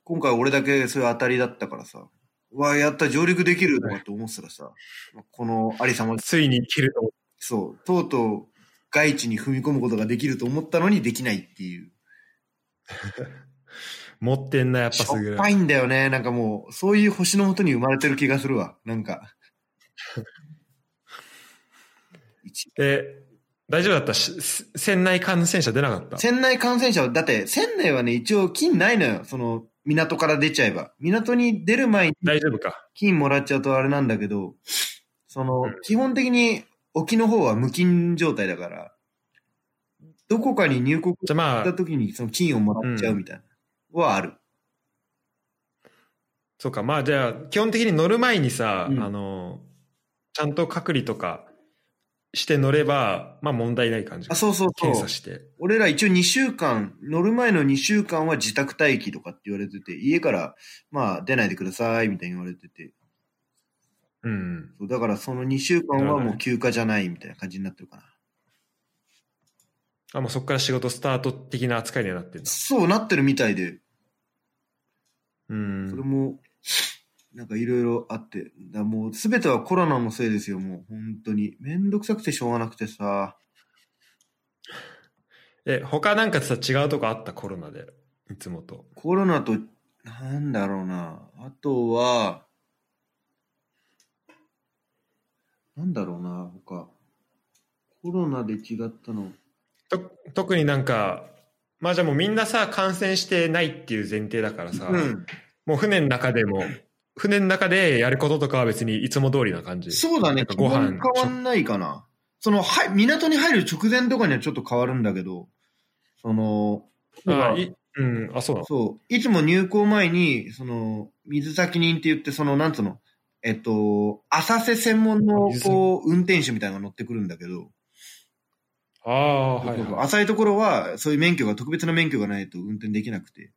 今回俺だけそういう当たりだったからさうわやった上陸できるとかって思ってたらさ、このありさまついに行けると思そうとうとう外地に踏み込むことができると思ったのにできないっていうう持ってんな、やっぱしすょっぐ。ぱいんだよねなんかもうそういう星のもとに生まれてる気がするわなんか一え、大丈夫だったし、す船内感染者出なかった船内感染者は、だって船内はね、一応金ないのよ。その、港から出ちゃえば。港に出る前に大丈夫か。金もらっちゃうとあれなんだけど、その、基本的に沖の方は無金状態だから、どこかに入国しじゃあまあた、時にその金をもらっちゃうみたいな。はある。そうか、まあじゃあ、基本的に乗る前にさ、うんあの、ちゃんと隔離とかして乗れば、まあ問題ない感じあ、。そうそうそう検。査して。俺ら一応2週間、乗る前の2週間は自宅待機とかって言われてて、家から、まあ出ないでくださいみたいに言われてて、うん。そうだからその2週間はもう休暇じゃないみたいな感じになってるかな。あ、もうそこから仕事スタート的な扱いにはなってんだ。そうなってるみたいで、うそれん。も、なんかいろいろあって、だもう全てはコロナのせいですよ、もう本当に。めんどくさくてしょうがなくてさ。え、他なんかさ、違うとこあったコロナで。いつもと。コロナと、なんだろうな。あとは、なんだろうな、他。コロナで違ったの。と特になんか、まあじゃあもうみんなさ、感染してないっていう前提だからさ、うん。もう船の中でも、船の中でやることとかは別にいつも通りな感じ。そうだね、なんか基ご飯本変わんないかな。その、はい、港に入る直前とかにはちょっと変わるんだけど、その、あいうん、あ、そうなの。そう。いつも入港前に、その、水先人って言って、その、なんつうの、えっと、浅瀬専門の水、先こう、運転手みたいなのが乗ってくるんだけど、ああ、はい、そうそうはい。浅いところは、そういう免許が、特別な免許がないと運転できなくて。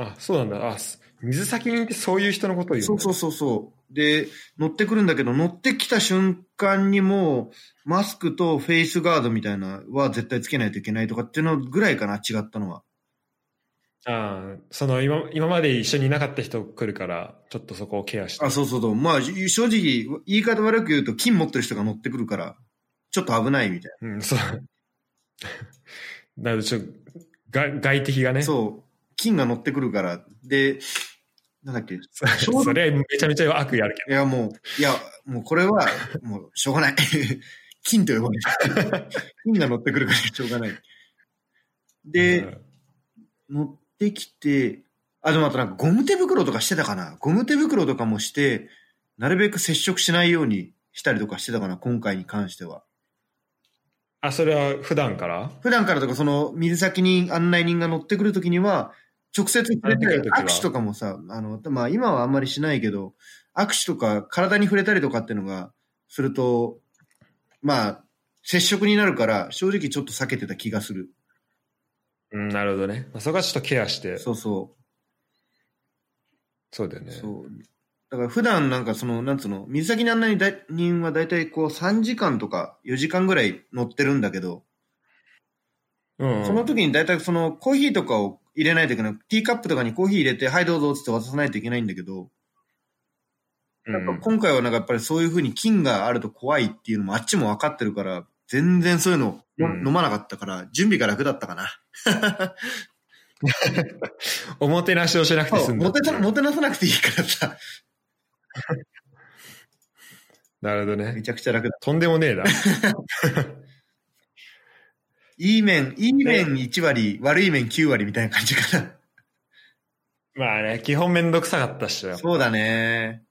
あ、そうなんだ。あ、す水先人ってそういう人のことを言うんだ。そうそうそうそう。で、乗ってくるんだけど、乗ってきた瞬間にもう、マスクとフェイスガードみたいなは絶対つけないといけないとかっていうのぐらいかな、違ったのは。ああ、その今、今まで一緒にいなかった人来るから、ちょっとそこをケアして。あ、そうそうそう。まあ、じ正直、言い方悪く言うと、金持ってる人が乗ってくるから、ちょっと危ないみたいな。うん、 そう。なるちょ、外外敵がね。そそう。金が乗ってくるから。で、なんだっけ。い それはめちゃめちゃ悪やるけや、もう、いや、もうこれは、もう、しょうがない。 金と呼ばれる。 金が乗ってくるからしょうがない。ど。で、うん乗ってきて、あ、でもあとなんかゴム手袋とかしてたかな。ゴム手袋とかもして、なるべく接触しないようにしたりとかしてたかな、今回に関しては。あ、それは普段から普段からとか、その、水先に案内人が乗ってくるときには、直接触れてくるあ握手とかもさ、あの、まあ今はあんまりしないけど、握手とか体に触れたりとかっていうのが、すると、まあ、接触になるから、正直ちょっと避けてた気がする。うん、なるほどね。まあ、そこはちょっとケアして。そそうそうだよう。ね。そう。だから普段なんかその、なんつうの、水先に案内人はだいたいこう3時間とか4時間ぐらい乗ってるんだけど、うん。その時に大体そのコーヒーとかを入れないといけない。ティーカップとかにコーヒー入れて、はいどうぞっつって渡さないといけないんだけど、うなんかん、今回はなんかやっぱりそういう風に菌があると怖いっていうのもあっちも分かってるから、全然そういうの飲うん飲まなかったから、準備が楽だったかな。おもてなしをしなくて済んだもってていうなもてなさなくていいからさ、なるほどね め。ちゃくちゃ楽だ。とんでも ねえな。いい面、いい面1割、悪い面9割みたいな感じかな。まあね、基本めんどくさかったっしょ。そうだね。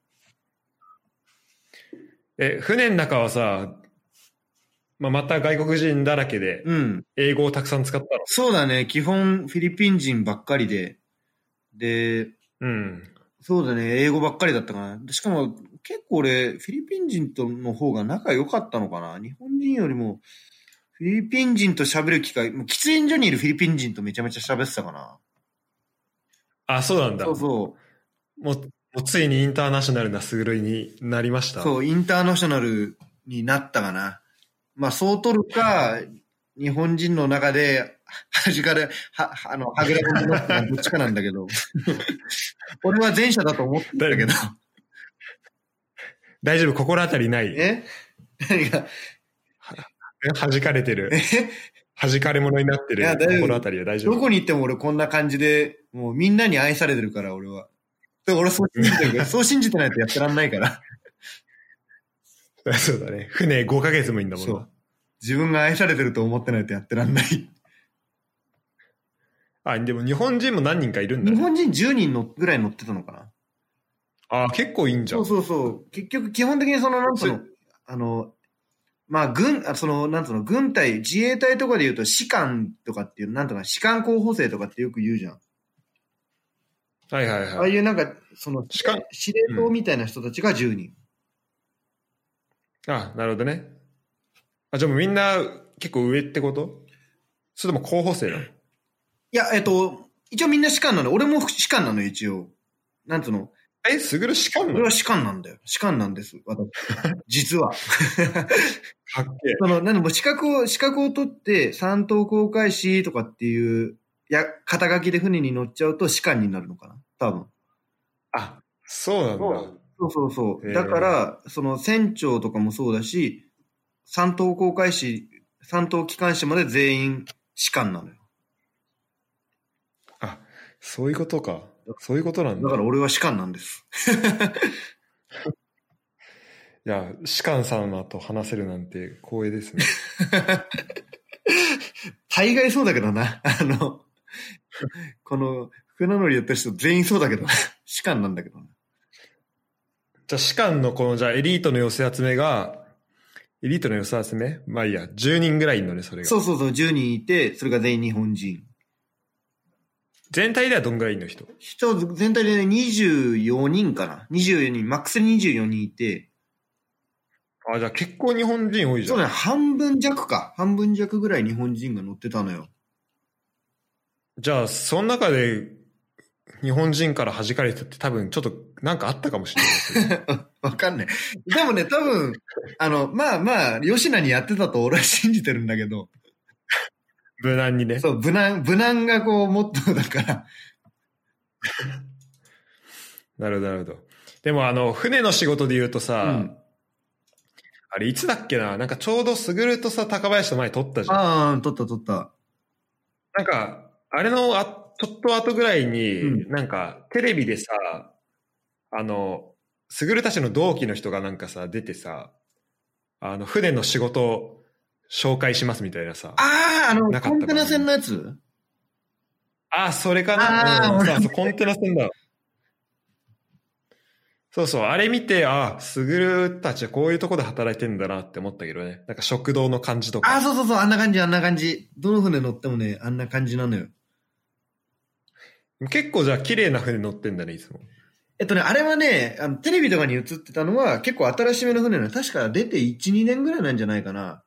え、船の中はさ、まあ、また外国人だらけで、うん。英語をたくさん使ったの。そうだね。基本フィリピン人ばっかりで、で、うん。そうだね、英語ばっかりだったかな。しかも、結構俺、フィリピン人との方が仲良かったのかな。日本人よりも、フィリピン人と喋る機会、もう喫煙所にいるフィリピン人とめちゃめちゃ喋ってたかな。あ、そうなんだ。そうそもう、もうついにインターナショナルなスグルイになりましう。た。そう、インターナショナルになったかな。まあ、そう取るか、日本人の中で、端から、は、あの、はぐれ込みのかどっちかなんだけど。 俺は前者だと思ってたけど。大丈夫、心当たりない。え何が弾かれてる。弾かれ者になってるいや大丈夫心当たりは大丈ど夫。こに行っても俺こんな感じで、もうみんなに愛されてるから、俺は。で俺そう信じて るから、そう信じてないとやってらんないから。 そうだね。船5ヶ月もいいんだもんそなう自分が愛されてると思ってないとやってらんな い。日あ、でも日本人も何人かいるんだね。本人10人のぐらい乗ってたのかな。あ、結構いいんじゃそん。うそうそう。結局、基本的にその、なんつうの、あの、まあ、軍、あその、なんつうの、軍隊、自衛隊とかで言うと、士官とかっていう、なんとか、士官候補生とかってよく言うじゃん。はいはいああはい。いうなんか、その、士官司令塔みたいな人たちが10人。あ、なるほどね。あ、じゃあもうみんな結構上ってことそれとも候補生なのいや、えっと、一応みんな士官なの。俺も士官なの、一応。なんつうの、え、すぐるしかん俺のは士官なんだよ。士官なんです、私。 実は。かっけえ。その、なんでも資格を、資格を取って、三等航海士とかっていう、や、肩書きで船に乗っちゃうと士官になるのかな多分。あ、そうなんだ。そうそうそう。へーだから、その船長とかもそうだし、三等航海士、三等機関士まで全員士官なのよ。あ、そういうことか。そういうことなんだだ。かいら俺は士官なんです。や、士官様と話せるなんて光栄ですね。 大概そうだけどな。あの、この、船乗りやった人全員そうだけどな。士官なんだけどな。じゃあ、士官のこの、じゃあエリートの寄せ集めが、エリートの寄せ集めまあいいや、10人ぐらいいんのね、それが。そうそうそう、10人いて、それが全員日本人。全体ではどんぐらいいんの人人全体でね24人かな。24人、マックスで24人いて、あ、じゃあ結構日本人多いじそゃ。うんだね、半分弱か。半分弱ぐらい日本人が乗ってたのよ。 じゃあ、その中で、日本人から弾かれたって多分ちょっとなんかあったかもしれないです ね。わかんない。でもね、多分、あの、まあまあ、吉名にやってたと俺は信じてるんだけど、無難にね。そう、無難、無難がこう、モットーだから、なるほど、なるほど。でもあの、船の仕事で言うとさ、うんあれいつだっけななんかちょうどすぐるとさ、高林と前撮ったじゃん。ああ、取った取った。なんか、あれのあ、ちょっと後ぐらいに、うなんか、テレビでさ、あの、すぐるたちの同期の人がなんかさ、出てさ、あの、船の仕事を紹介しますみたいなさ。ああ、あの、なかったコンテナ船のやつあ、それかなあーうん、俺そうそう、コンテナ船だ。そうそう、あれ見て、あ、すぐるたちはこういうとこで働いてんだなって思ったけどね。なんか食堂の感じとああ、か。そうそうそう、あんな感じ、あんな感じ。どの船乗ってもね、あんな感じなのよ。結構じゃあ綺麗な船乗ってんだね、いつも。えっとね、あれはね、あのテレビとかに映ってたのは結構新しめの船なの。確か出て1、2年ぐらいなんじゃないかな。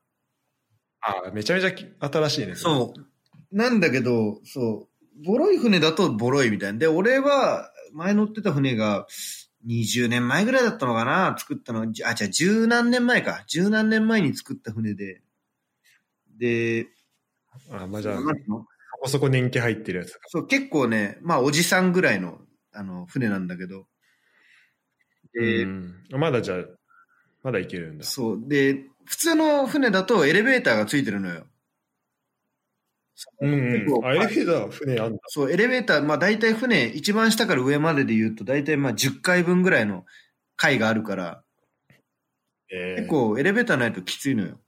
あ、めちゃめちゃき新しいね。う。そう。なんだけど、そう。ボロい船だとボロいみたいな。で、俺は前乗ってた船が20年前ぐらいだったのかな作ったの。あ、じゃあ十何年前か。十何年前に作った船で。で、あ、まあじゃあ、なんていうのそこそこ年季入ってるやつ。そう、結構ね、まあおじさんぐらいの、あの、船なんだけど。で、うん、まだじゃあ、まだいけるんだ。そう。で、普通の船だとエレベーターがついてるのよ。うん、結うん。構あ、エレベーター、船あんだ。そう、エレベーター、まあ大体船、一番下から上までで言うと、大体まあ10階分ぐらいの階があるから、えー結。構エレベーターないときついのよ。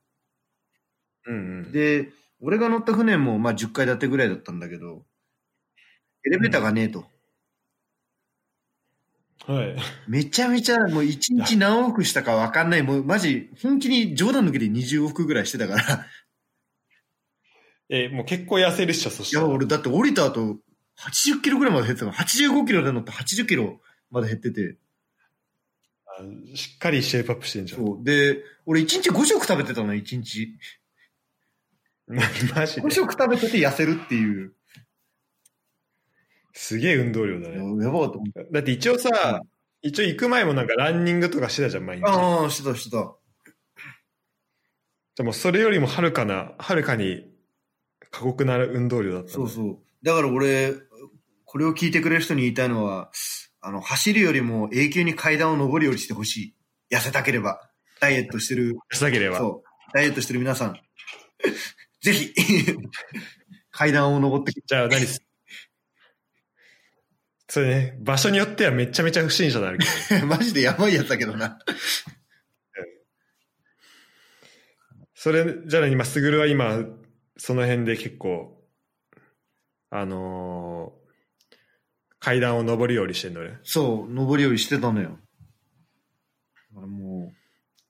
うん、うん。で、俺が乗った船もまあ10階建てぐらいだったんだけど、エレベーターがねえと。はい。めちゃめちゃもう一日何往復したかわかんない。もうマジ、本気に冗談抜きで20往復ぐらいしてたから。 えーもう結構痩せるっしょ、そしいたや、ら。俺だって降りた後、80キロぐらいまで減ってたの。85キロで乗って80キロまで減ってて。あしっかりシェイプアップしてんじゃん。そう。で、俺1日5食食べてたの、1日。 マジ5で。食食べてて痩せるっていう。すげえ運動量だね。 やばかった。だって一応さ、一応行く前もなんかランニングとかしてたじゃん、毎日。じゃああ、してた、してた。あもうそれよりもはるかな、はるかに過酷な運動量だったんだ。そうそう。だから俺、これを聞いてくれる人に言いたいのは、あの、走るよりも永久に階段を上り下りしてほしい。痩せたければ。ダイエットしてる、う。なければ。そう。ダイエットしてる皆さん。 ぜひ 階段を上ってじゃあ何すそれね、場所によってはめちゃめちゃ不審者になる けど。マジでやばいやつだけどな。それじゃあ今すぐるは今その辺で結構あのー階段を上り下りしてんのねそう、上り下りしてたのよ。だからも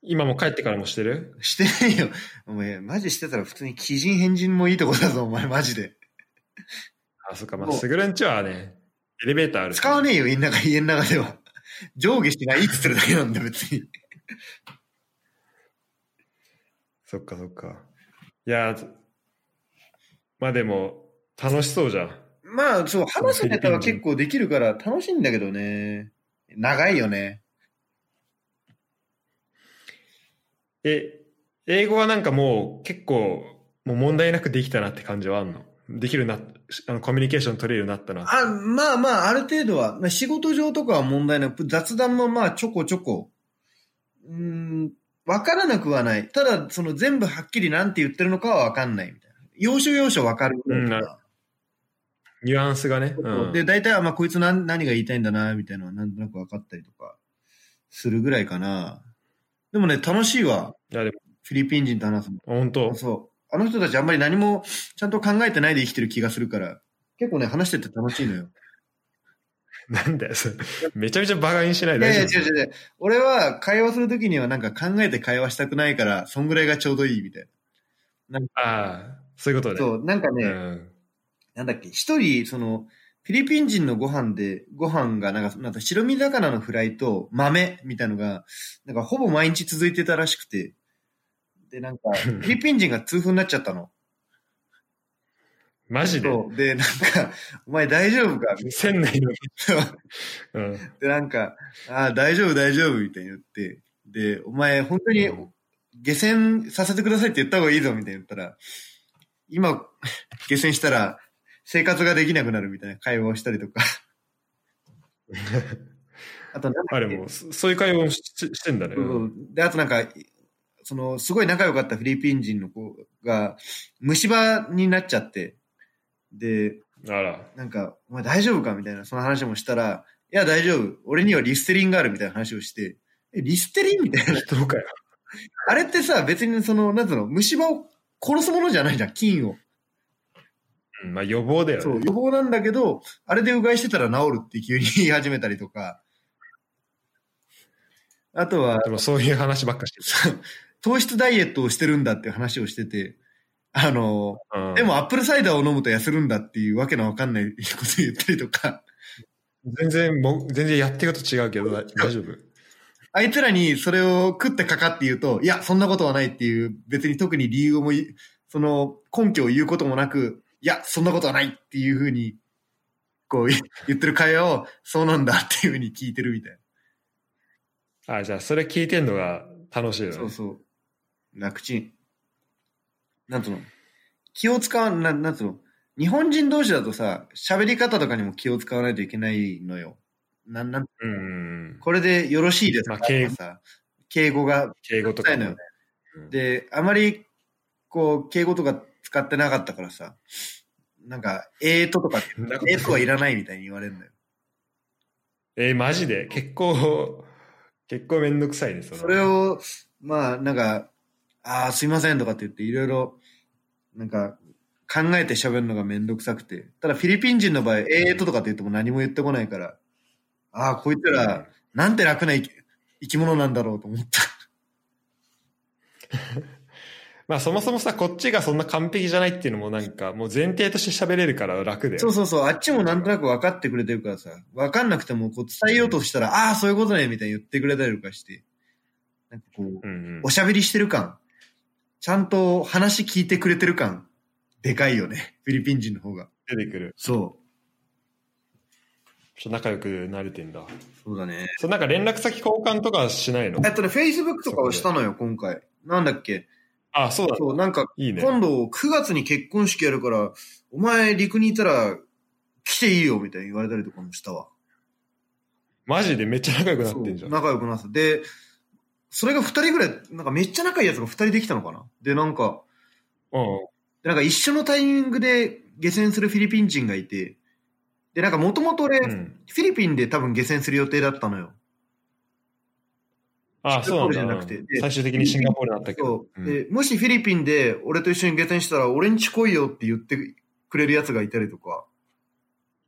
今も帰ってからもしてるしてねえよ。お前、マジしてたら普通に鬼人変人もいいとこだぞ、お前、マジで。あ、そっか、まあ、もうすぐるんちはね、エレベーターある。使わねえよ、家の中、家の中では。上下しないっつってるだけなんだ、別に。そっかそっか。いやー、まあでも、楽しそうじゃん。まあ、そう、話すネタは結構できるから楽しいんだけどね。長いよね。え、英語はなんかもう結構、もう問題なくできたなって感じはあんのできるな、あの、コミュニケーション取れるようになったな。あ、まあまあ、ある程度は、まあ仕事上とかは問題なく、雑談もまあ、ちょこちょこ、うーん、わからなくはない。ただ、その全部はっきりなんて言ってるのかはわかんないみたいな。要所要所わかるぐらいとか。うんニュアンスがね。うん、で、大体、あまあ、こいつ何何が言いたいんだな、みたいなのはなんとなく分かったりとか、するぐらいかな。でもね、楽しいわ。いやでも、フィリピン人と話すあ本当の。そう。あの人たちあんまり何もちゃんと考えてないで生きてる気がするから、結構ね、話してて楽しいのよ。なんだよ、それ。 めちゃめちゃバカにしないいでやい大や、丈違夫う違う違う。俺は会話するときにはなんか考えて会話したくないから、そんぐらいがちょうどいいみたいああ、そういうことな。ね。そう、なんかね、うん。 なんだっけ、一人、その、フィリピン人のご飯で、ご飯がなんか、なんか白身魚のフライと豆みたいのが、なんかほぼ毎日続いてたらしくて、で、なんか、フィリピン人が痛風になっちゃったの。マジで。そう。で、なんか、お前大丈夫か 船内の。うん。で、なんか、ああ、大丈夫大丈夫みたいに言って、で、お前本当にうん下船させてくださいって言った方がいいぞみたいに言ったら、今、下船したら生活ができなくなるみたいな会話をしたりとか。 あとなんだっけあれも、そそういう会話をししてんだね。そうそううんで、あとなんか、その、すごい仲良かったフィリピン人の子が、虫歯になっちゃって、で、あら。なんか、お前大丈夫かみたいな、その話もしたら、いや、大丈夫。俺にはリステリンがあるみたいな話をして、え、リステリンみたいな。どうかよ。あれってさ、別にその、なんつうの、虫歯を殺すものじゃないじゃん、菌を。うんまあ予防だよね。そう、予防なんだけど、あれでうがいしてたら治るって急に言い始めたりとか、あとは、でもそういう話ばっかしてそう糖質ダイエットをしてるんだっていう話をしてて、あの、る。うんでもアップルサイダーを飲むと痩せるんだっていうわけのわかんないこと言ったりとか、全然もう、全然やってること違うけ ど、だ大丈夫。あいつらにそれを食ってかかって言うと、いや、そんなことはないっていう、別に特に理由もい、その根拠を言うこともなく、いや、そんなことはないっていうふうに、こうい 言ってる会話を、そうなんだっていうふうに聞いてるみたいな。あじゃあそれ聞いてんのが楽しいよね。そうそう。楽ちん。なんつうの気を使わな、なんつうの日本人同士だとさ、喋り方とかにも気を使わないといけないのよ。なんなん、うんうん。これでよろしいですかまあ敬語とかさ敬語が敬語とかもね使いたいのよで、あまり、こう、敬語とか使ってなかったからさ、なんか、えーととか、うんなんかえーとはいらないみたいに言われるんだよ。えーマジで結構、 結構めんどくさいね、そのそれ。を、まあ、なんか、ああ、すいませんとかって言って、いろいろ、なんか、考えて喋るのがめんどくさくて。ただ、フィリピン人の場合、えーととかって言っても何も言ってこないから、ああ、こいつら、なんて楽な生き生き物なんだろうと思った。まあそもそもさ、こっちがそんな完璧じゃないっていうのもなんか、もう前提として喋れるから楽で。そうそうそう、あっちもなんとなく分かってくれてるからさ、分かんなくてもこう伝えようとしたら、ああ、そういうことね、みたいに言ってくれたりとかして、なんかこう、うんうんお。しゃべりしてる感、ちゃんと話聞いてくれてる感、でかいよね、フィリピン人の方が。出てくる。そちょっと仲良くなれてんだ。う、そうだね。そうなんか連絡先交換とかはしないのえっとね、Facebook とかをしたのよ、今回。なんだっけあ、そうだ。そう、なんか、いいね。今度9月に結婚式やるから、お前陸にいたら来ていいよ、みたいに言われたりとかもしたわ。マジでめっちゃ仲良くなってんじそゃ。うん仲良くなって。で、それが二人ぐらい、なんかめっちゃ仲いいやつが二人できたのかな。で、なんか、うん。でなんか一緒のタイミングで下船するフィリピン人がいて、で、なんかもともと俺、うフん。ィリピンで多分下船する予定だったのよ。あ、そうシンガポールじなゃんだ。なうくてんで最終的にシンガポールだったけどそ。うう。んで、もしフィリピンで俺と一緒に下船したら、俺んち来いよって言ってくれるやつがいたりとか、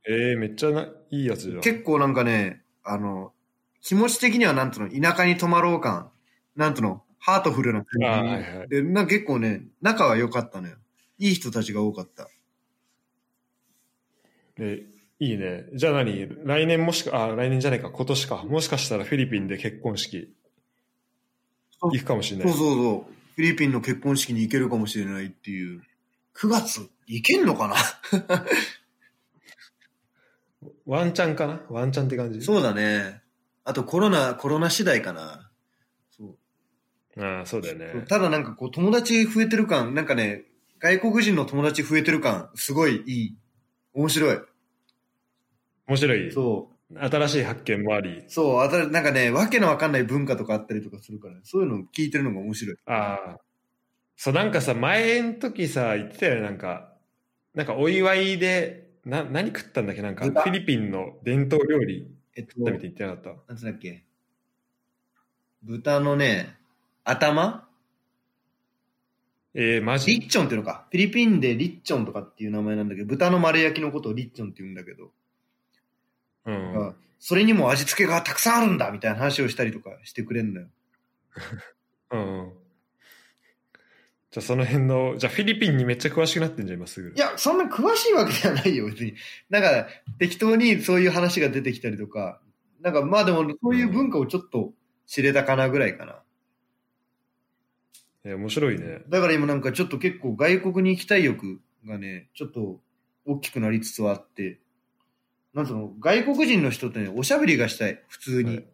えー、めっちゃないいやつじゃん。結構なんかね、あの、気持ち的にはなんとの、田舎に泊まろう感、なんとの、ハートフルなあー感はいはいじ。で、なんか結構ね、仲が良かったのよ。いい人たちが多かった。で、いいね。じゃあ何来年もしか、あ、来年じゃないか、今年か。もしかしたらフィリピンで結婚式そう行くかもしれなそうい。そうそう。フィリピンの結婚式に行けるかもしれないっていう。9月、行けん のかなワンチャンかなワンチャンって感じ。そうだね。あとコロナ、コロナ次第かな。そう。ああ、そうだよね。ただなんかこう友達増えてる感、なんかね、外国人の友達増えてる感、すごいいい。面白い。面白い。そ新しい発見もありう。。そう、あたなんかね、わけのわかんない文化とかあったりとかするから、そういうのを聞いてるのが面白い。ああ。そう、なんかさ、前の時さ、言ってたよね、なんか、なんかお祝いで、な、何食ったんだっけなんか、フ豚ィリピンの伝統料理えっと、食べなて言ってなかっんつうんだっけ。豚のね、頭た。えー、マリジッチョンっていうのか。フィリピンでリッチョンとかっていう名前なんだけど、豚の丸焼きのことをリッチョンって言うんだけど、うん。それにも味付けがたくさんあるんだみたいな話をしたりとかしてくれんのよ。うん。じゃあその辺の、じゃあフィリピンにめっちゃ詳しくなってんじゃん、今すぐ。いや、そんな詳しいわけじゃないよ、別に。なんか、適当にそういう話が出てきたりとか、なんか、まあでも、そういう文化をちょっと知れたかなぐらいかな。えー面白いね。だから今なんかちょっと結構外国に行きたい欲がね、ちょっと大きくなりつつあって、なんつうの、外国人の人ってね、おしゃべりがしたい、普通に。はい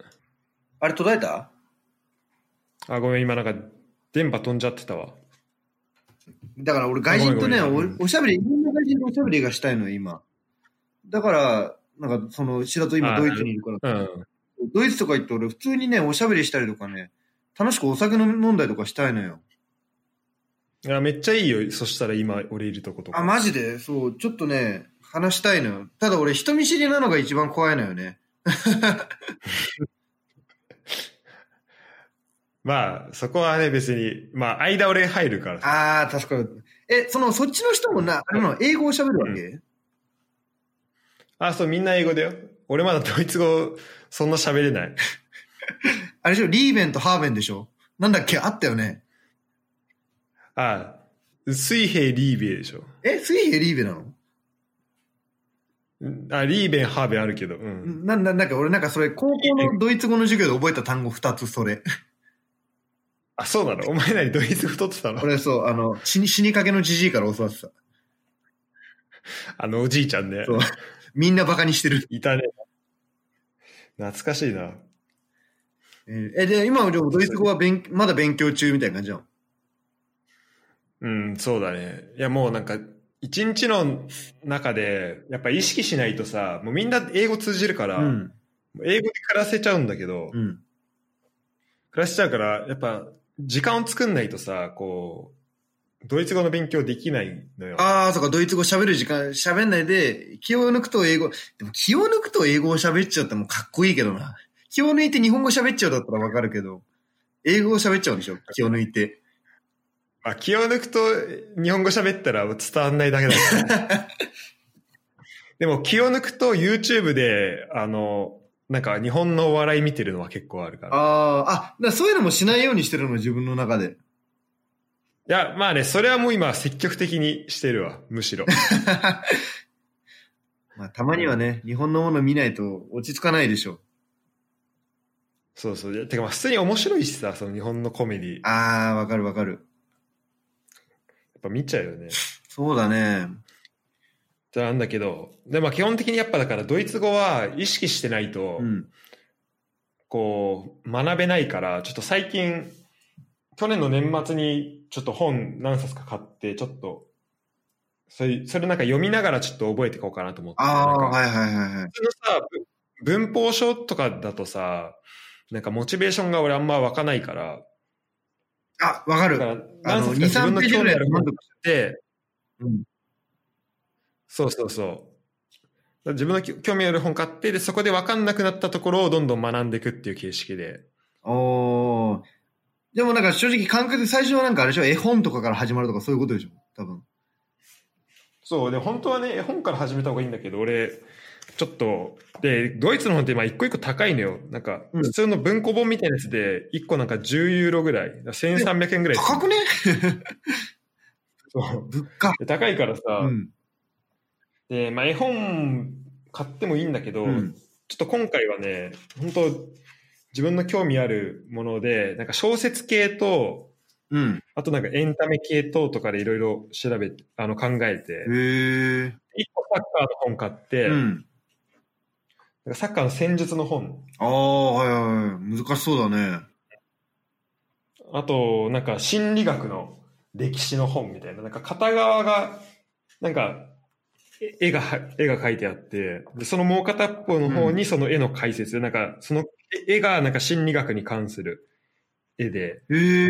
あれ、途絶えたあ、ごめん、今なんか、電波飛んじゃってたわ。だから俺外人とね、ごめんごめんおおしゃべり、いろんな外人とおしゃべりがしたいのよ、今。だから、なんかその、白と今ドイツにいるから、うん。ドイツとか行って俺普通にね、おしゃべりしたりとかね、楽しくお酒飲んだりとかしたいのよ。いや、めっちゃいいよ。そしたら今、俺いるとことか。あ、マジでそう、ちょっとね、話したいのよ。ただ俺人見知りなのが一番怖いのよね。まあ、そこはね、別に、まあ、間俺入るからさ。あー、確かに。え、その、そっちの人もな、あれなの、英語をしゃべるわけ、あ、そう、みんな英語だよ。俺まだドイツ語、そんな喋れない。あれでしょ、リーベンとハーベンでしょなんだっけあったよね。あ、水平リーベでしょ。え、水平リーベなのあ、リーベン、ハーベンあるけど。うん。な、な、なんか俺なんかそれ、高校のドイツ語の授業で覚えた単語2つ、それ。 あ、そうなのお前何ドイツ語取ってたの俺そう、あの、死に、死にかけのじじいから教わってた。あのおじいちゃんねそ。うみんなバカにしてる。いたね。懐かしいな。えーえ、で、今、でもドイツ語は勉まだ勉強中みたいな感じなのうん、そうだね。いや、もうなんか、一日の中で、やっぱ意識しないとさ、もうみんな英語通じるから、うん。英語で暮らせちゃうんだけど、うん。暮らしちゃうから、やっぱ、時間を作んないとさ、こう、ドイツ語の勉強できないのよ。ああ、そっか、ドイツ語喋る時間、喋んないで、気を抜くと英語、でも気を抜くと英語を喋っちゃってもかっこいいけどな。気を抜いて日本語喋っちゃうだったらわかるけど、英語を喋っちゃうんでしょ気を抜いて。まあ、気を抜くと、日本語喋ったら伝わんないだけだ から。でも、気を抜くと YouTube で、あの、なんか日本のお笑い見てるのは結構あるから。ああー、あ、だからそういうのもしないようにしてるの、自分の中で。いや、まあね、それはもう今積極的にしてるわ、む しろ。まあ、たまにはね、日本のもの見ないと落ち着かないでしょ。そうそう。いやてかまあ普通に面白いしさ、その日本のコメディ。やっああ、わかるわかる。ぱ見ちゃうよね。そうだね。じゃあなんだけど、でまあ基本的にやっぱだからドイツ語は意識してないと、うん。こう、学べないから、ちょっと最近、去年の年末にちょっと本何冊か買って、ちょっと、それ、それなんか読みながらちょっと覚えていこうかなと思って。ああ、なんかはいはいはいはい。普通のさ、ぶ文法書とかだとさ、なんかモチベーションが俺あんま湧かないから、あ、だわかかる。らあ何の、2、冊か自分3のページ興ぐ味らいあだると本満足しで、ちゃう。うん。そうそうそう。自分のき興味ある本買って、で、そこで分かんなくなったところをどんどん学んでいくっていう形式で。おー。でもなんか正直感覚で最初はなんかあれでしょ絵本とかから始まるとかそういうことでしょ多分。そう、で、本当はね、絵本から始めた方がいいんだけど、俺、ちょっと、で、ドイツの本って今一個一個高いのよ。なんか、うん普通の文庫本みたいなやつで、一個なんか10ユーロぐらい。1300円ぐらい。高くねそう物価。で高いからさ、うん。で、まあ絵本買ってもいいんだけど、うんちょっと今回はね、本当自分の興味あるもので、なんか小説系と、うん。あとなんかエンタメ系等とかでいろいろ調べ、あの考えて、へえ。一個サッカーの本買って、うん。なんかサッカーの戦術の本、ああ、はいはいはい。難しそうだね。あとなんか心理学の歴史の本みたいな、なんか片側が、なんか、絵絵がは、絵が描いてあって、でそのもう片っぽの方にその絵の解説で、なんか、その絵絵がなんか心理学に関する絵で、へえ。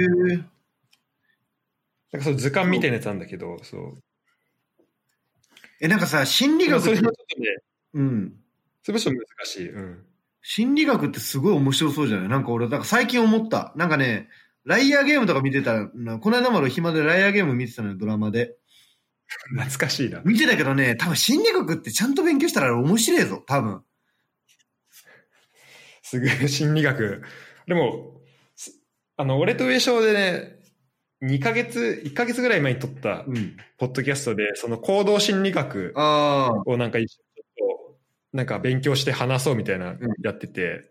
なんかその図鑑みたいなやつなんだけど、そう。え、なんかさ、心理それもちょ学っってとね、うん。それもちょっと難しい。うん。心理学ってすごい面白そうじゃないなんか俺、なんか最近思った。なんかね、ライアーゲームとか見てたな。この間まで暇でライアーゲーム見てたのよ、ドラマで。懐かしいな。見てたけどね、多分心理学ってちゃんと勉強したら面白いぞ、多分。すぐ心理学。でも、すあの、俺と上昇でね、2ヶ月、1ヶ月ぐらい前に撮ったうん。ポッドキャストで、その行動心理学ああ。をなんか一緒にちょっと、なんか勉強して話そうみたいなやってて、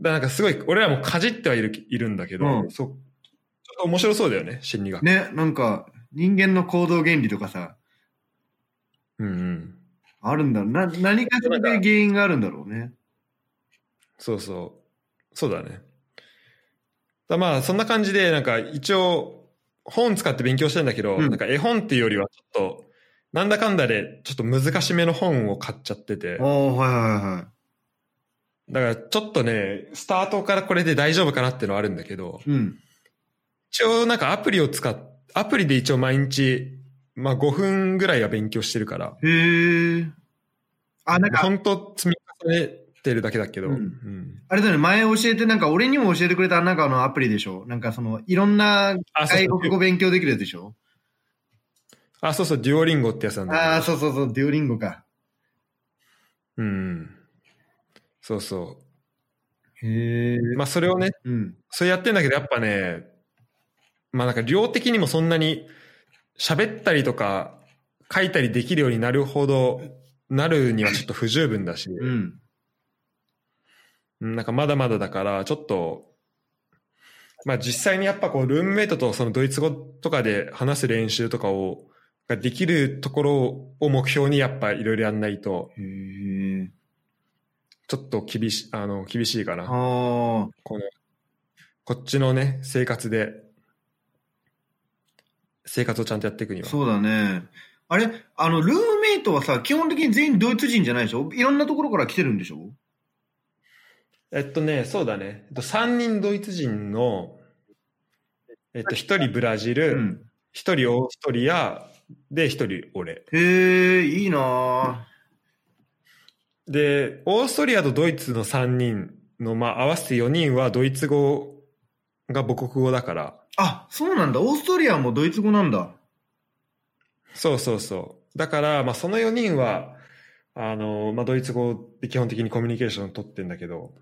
だからなんかすごい、俺らもかじってはいるいるんだけど、うんそう、ちょっと面白そうだよね、心理学。ね、なんか、人間の行動原理とかさ、うんうん。あるんだろう。な、何かしらで原因があるんだろうね。そうそう。そうだね。だまあ、そんな感じで、なんか一応、本使って勉強してんだけど、うんなんか絵本っていうよりはちょっと、なんだかんだでちょっと難しめの本を買っちゃっててあ、あ、はいはいはだからちょっとね、スタートからこれで大丈夫かなってのはあるんだけど、い。うん。一応なんかアプリを使っ、アプリで一応毎日、まあ5分ぐらいは勉強してるから、へえ。あ、なんか、ほんと積み重ねてるだけだけど、うんうんあれだよね、前教えて、なんか俺にも教えてくれたなんかあのアプリでしょなんかその、いろんなあ、そう外そ国語う。勉強できるやつでしょあ、そうそう、デュオリンゴってやつなんだけどああ、そうそうそう、デュオリンゴか。うん。そうそへえ。う。まあそれをね、うん。それやってんだけど、やっぱね、まあなんか量的にもそんなに喋ったりとか書いたりできるようになるほど、なるにはちょっと不十分だし、うん。うんなんかまだまだだから、ちょっと、まあ実際にやっぱこう、ルームメイトとそのドイツ語とかで話す練習とかを、ができるところを目標にやっぱいろいろやんないと、へえ。ちょっと厳し、あの、厳しいかな。ああ。この、こっちのね、生活で、生活をちゃんとやっていくには。そうだね。あれあの、ルームメイトはさ、基本的に全員ドイツ人じゃないでしょいろんなところから来てるんでしょえっとね、そうだね。えっと、3人ドイツ人の、えっと、1人ブラジうル、ん。 1人オーストリア、で、1人俺。へえ、いいなで、オーストリアとドイツの3人の、まあ、合わせて4人はドイツ語が母国語だから、あ。あ、そうなんだ。オーストリアもドイツ語なんだ。そうそうそう。だから、まあ、その4人は、あの、まあ、ドイツ語で基本的にコミュニケーションを取ってんだけど、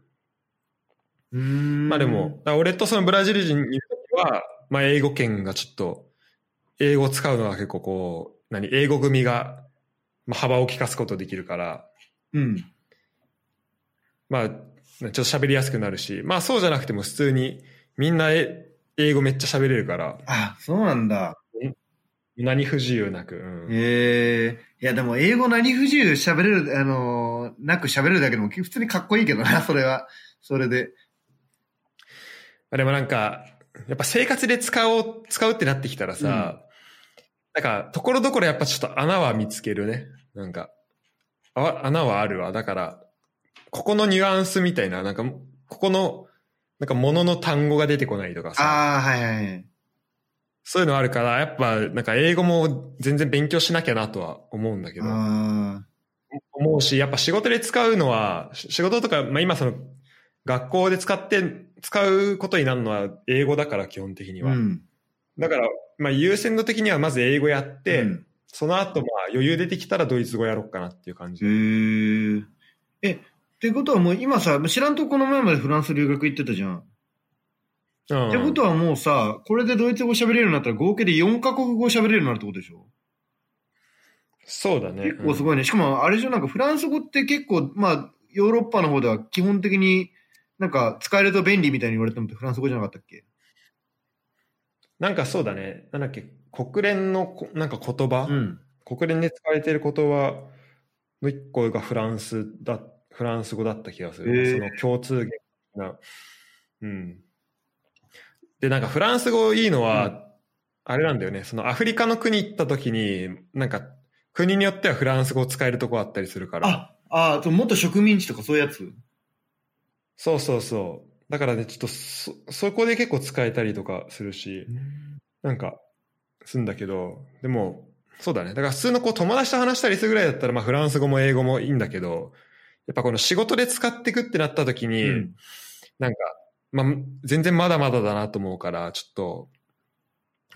うーん。まあでも、だから俺とそのブラジル人には、まあ英語圏がちょっと、英語を使うのが結構こう、何、英語組が、まあ幅を利かすことできるから、うん。まあ、ちょっと喋りやすくなるし、まあそうじゃなくても普通に、みんなえ英語めっちゃ喋れるから、あ、そうなんだ。何不自由なく、うんへえ。いや、でも、英語何不自由喋れる、あのーなく喋れるだけでも、普通にかっこいいけどな、そ れは。それで。でもなんか、やっぱ生活で使おう、使うってなってきたらさ、なんか、ところどころやっぱちょっと穴は見つけるね。なんか、あ穴はあるわ。だから、ここのニュアンスみたいな、なんか、ここの、なんか物の単語が出てこないとかさ、ああ、はいはいはい。そういうのあるから、やっぱなんか英語も全然勉強しなきゃなとは思うんだけど、あ思うし、やっぱ仕事で使うのは、し仕事とか、まあ今その、学校で使って、使うことになるのは英語だから基本的にあ。うは。ん。だから、まあ、優先度的にはまず英語やって、うんその後、まあ余裕出てきたらドイツ語やろうかなっていう感じ。へえ。え、ってことはもう今さ、知らんとこの前までフランス留学行ってたじゃん。うんってことはもうさ、これでドイツ語喋れるようになったら合計で4カ国語喋れるようになるってことでしょそうだね。結構すい。ごいね。しかもあれでしょ、なんかフランス語って結構、まあ、ヨーロッパの方では基本的になんか使えると便利みたいに言われてもフランス語じゃなかったっけなんかそうだね。なんだっけ、国連のこなんか言葉、ん。国連で使われている言葉の一個がフランスだ、フランス語だった気がする。へーその共通言な。うん。で、なんかフランス語いいのは、うあれなんだよね。そのアフリカの国行った時に、なんか国によってはフランス語を使えるとこあったりするから。あ、あ、そう元植民地とかそういうやつ。そうそうそう。だからね、ちょっとそ、そこで結構使えたりとかするし、なんか、すんだけど、でも、そうだね。だから普通のこう友達と話したりするぐらいだったら、まあフランス語も英語もいいんだけど、やっぱこの仕事で使ってくってなった時に、うんなんか、まあ、全然まだまだだなと思うから、ちょっと、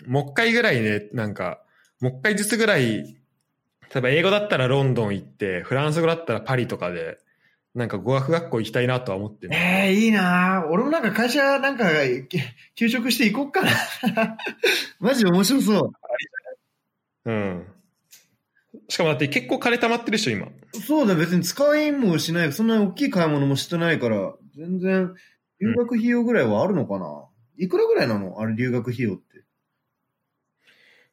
もう一回ぐらいね、なんか、もう一回ずつぐらい、例えば英語だったらロンドン行って、フランス語だったらパリとかで、なんか語学学校行きたいなとは思ってるええいいなぁ俺もなんか会社なんかけ休職して行こっかな。 マジ面白そうん。しかもだって結構金溜まってるでしょ、今。う。そうだ、別に使いもしない、そんな大きい買い物もしてないから、全然、留学費用ぐらいはあるのかな、いくらぐらいなのあれ、留学費用って。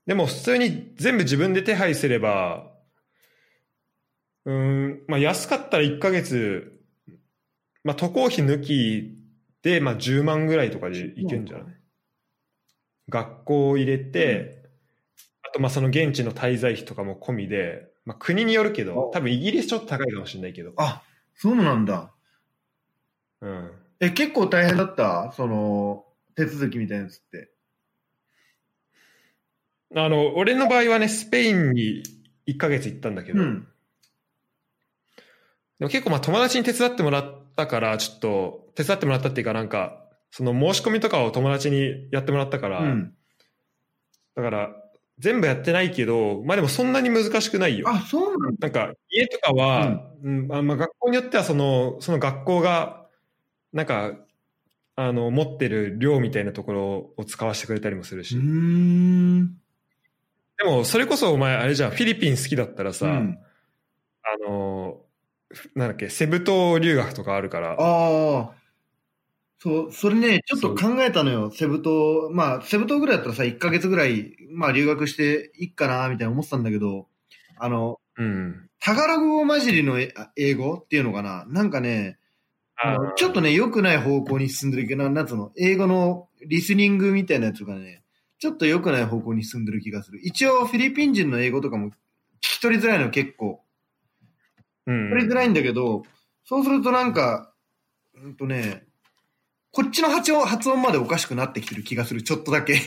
でも普通に全部自分で手配すれば、うーん、まあ安かったら1ヶ月、まあ渡航費抜きで、まあ10万ぐらいとかでいけるんじゃない学校を入れて、あとまあその現地の滞在費とかも込みで、まあ国によるけど、多分イギリスちょっと高いかもしれないけど。あ、そうなんだ。うん。え、結構大変だったその、手続きみたいなやつって。あの、俺の場合はね、スペインに1ヶ月行ったんだけど、うん。でも結構まあ友達に手伝ってもらったから、ちょっと、手伝ってもらったっていうかなんか、その申し込みとかを友達にやってもらったから、うん。だから、全部やってないけど、まあでもそんなに難しくないよ。あ、そうなんなだ。んか、家とかは、うんあまあ、学校によってはその、その学校が、なんか、あの、持ってる寮みたいなところを使わせてくれたりもするし。うーん。でも、それこそお前、あれじゃん、フィリピン好きだったらさ、うんあの、なんだっけ、セブ島留学とかあるから、ああ。そう、それね、ちょっと考えたのよ。セブ島、まあ、セブ島ぐらいだったらさ、1ヶ月ぐらい、まあ、留学していっかな、みたいな思ってたんだけど、あの、うん。タガログ語混じりのえあ英語っていうのかななんかね、あのちょっとね、良くない方向に進んでるけど、ななんつうの、英語のリスニングみたいなやつがね、ちょっと良くない方向に進んでる気がする。一応、フィリピン人の英語とかも聞き取りづらいの結構。うん、取りづらいんだけど、そうするとなんか、うんとね、こっちの発音発音までおかしくなってきてる気がする、ちょっとだけ。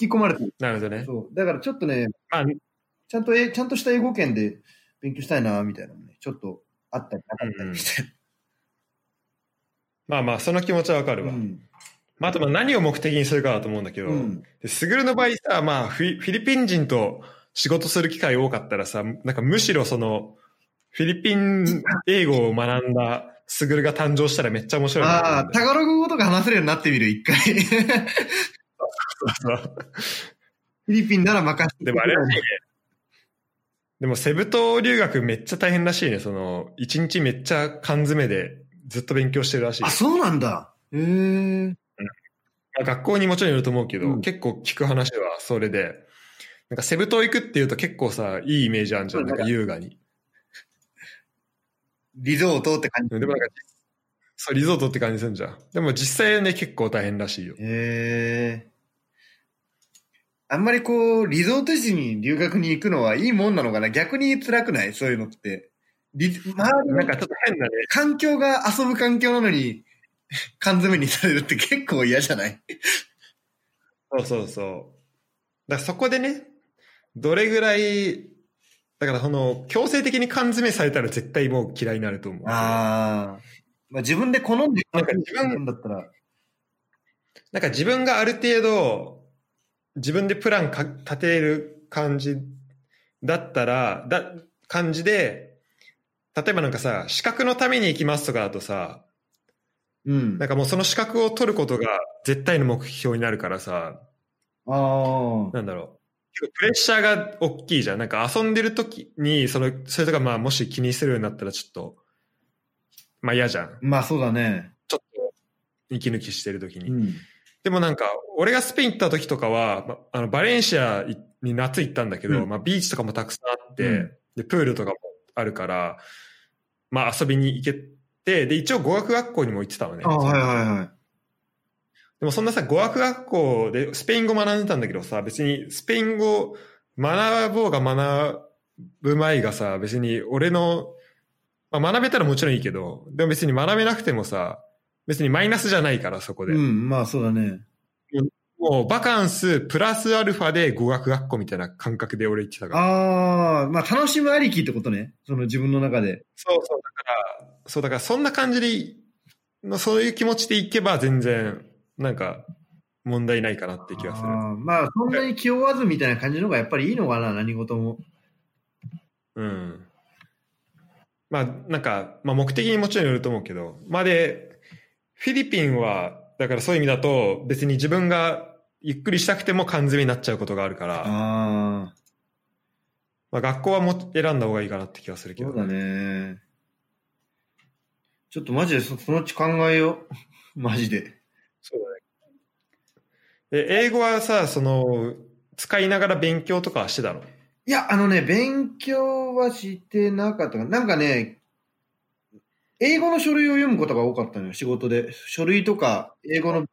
引き込まれてる。なるほどね。そう。だからちょっとね、まあ、ちゃんとえ、ちゃんとした英語圏で勉強したいな、みたいなのもね、ちょっとあったりなかったりして。まあまあ、その気持ちはわかうるわ。ん。まあ、あとまあ何を目的にするかだと思うんだけど、うん。でスグルの場合さ、まあフィ、フィリピン人と仕事する機会多かったらさ、なんかむしろその、フィリピン英語を学んだスグルが誕生したらめっちゃ面白いなあ と思うんあ、だタよ。ガログ語とか話せるようになってみる、一 回。フィリピンなら任せて。でもあれらしいね。でもセブ島留学めっちゃ大変らしいね。その、一日めっちゃ缶詰でずっと勉強してるらしい。あ、そうなんだ。へえ。まあ学校にもちろんよると思うけど、うん結構聞く話はそれで、なんかセブ島行くっていうと結構さ、いいイメージあるじゃん。そうなんか優雅に。リゾートって感じ。でもなんか、そう、リゾートって感じするじゃん。でも実際はね、結構大変らしいよ。へえ。あんまりこう、リゾート地に留学に行くのはいいもんなのかな逆に辛くないそういうのって。リ周りなのんかちょっと変だね。環境が遊ぶ環境なのに、缶詰にされるって結構嫌じゃないそうそうそう。だからそこでね、どれぐらい、だからその、強制的に缶詰されたら絶対もう嫌いになると思う。ああ。まあ自分で好んでなんか自分だったら。なんか自分がある程度、自分でプランか立てる感じだったら、だ、感じで、例えばなんかさ、資格のために行きますとかだとさ、うんなん。かもうその資格を取ることが絶対の目標になるからさ、ああ。なんだろう。結構プレッシャーが大きいじゃん。なんか遊んでる時に、その、それとかまあもし気にするようになったらちょっと、まあ嫌じゃん。まあそうだね。ちょっと、息抜きしてる時に。うん。でもなんか、俺がスペイン行った時とかは、まあの、バレンシアに夏行ったんだけど、うんまあビーチとかもたくさんあって、うんで、プールとかもあるから、まあ遊びに行けて、で、一応語学学校にも行ってたのね。ああ、はいはいはい。でもそんなさ、語学学校でスペイン語学んでたんだけどさ、別にスペイン語を学ぼうが学ぶ前がさ、別に俺の、まあ、学べたらもちろんいいけど、でも別に学べなくてもさ、別にマイナスじゃないから、そこで。うん、まあそうだね。もうバカンスプラスアルファで語学学校みたいな感覚で俺行ってたから。ああ、まあ楽しむありきってことね。その自分の中で。そうそう、だから、そうだからそんな感じで、のそういう気持ちで行けば全然、なんか、問題ないかなって気がする。あーまあそんなに気負わずみたいな感じの方がやっぱりいいのかな、何事も。うん。まあ、なんか、まあ目的にもちろんよると思うけど、まあで、フィリピンは、だからそういう意味だと、別に自分がゆっくりしたくても缶詰になっちゃうことがあるから、ああ、まあ学校はも選んだ方がいいかなって気がするけそどうだ。ね。ちょっとマジでそそのうち考えよう。 マジで。そうだね。え、英語はさ、その、使いながら勉強とかはしてたのいや、あのね、勉強はしてなかったかな。なんかね、英語の書類を読むことが多かったのよ、仕事で。書類とか、英語の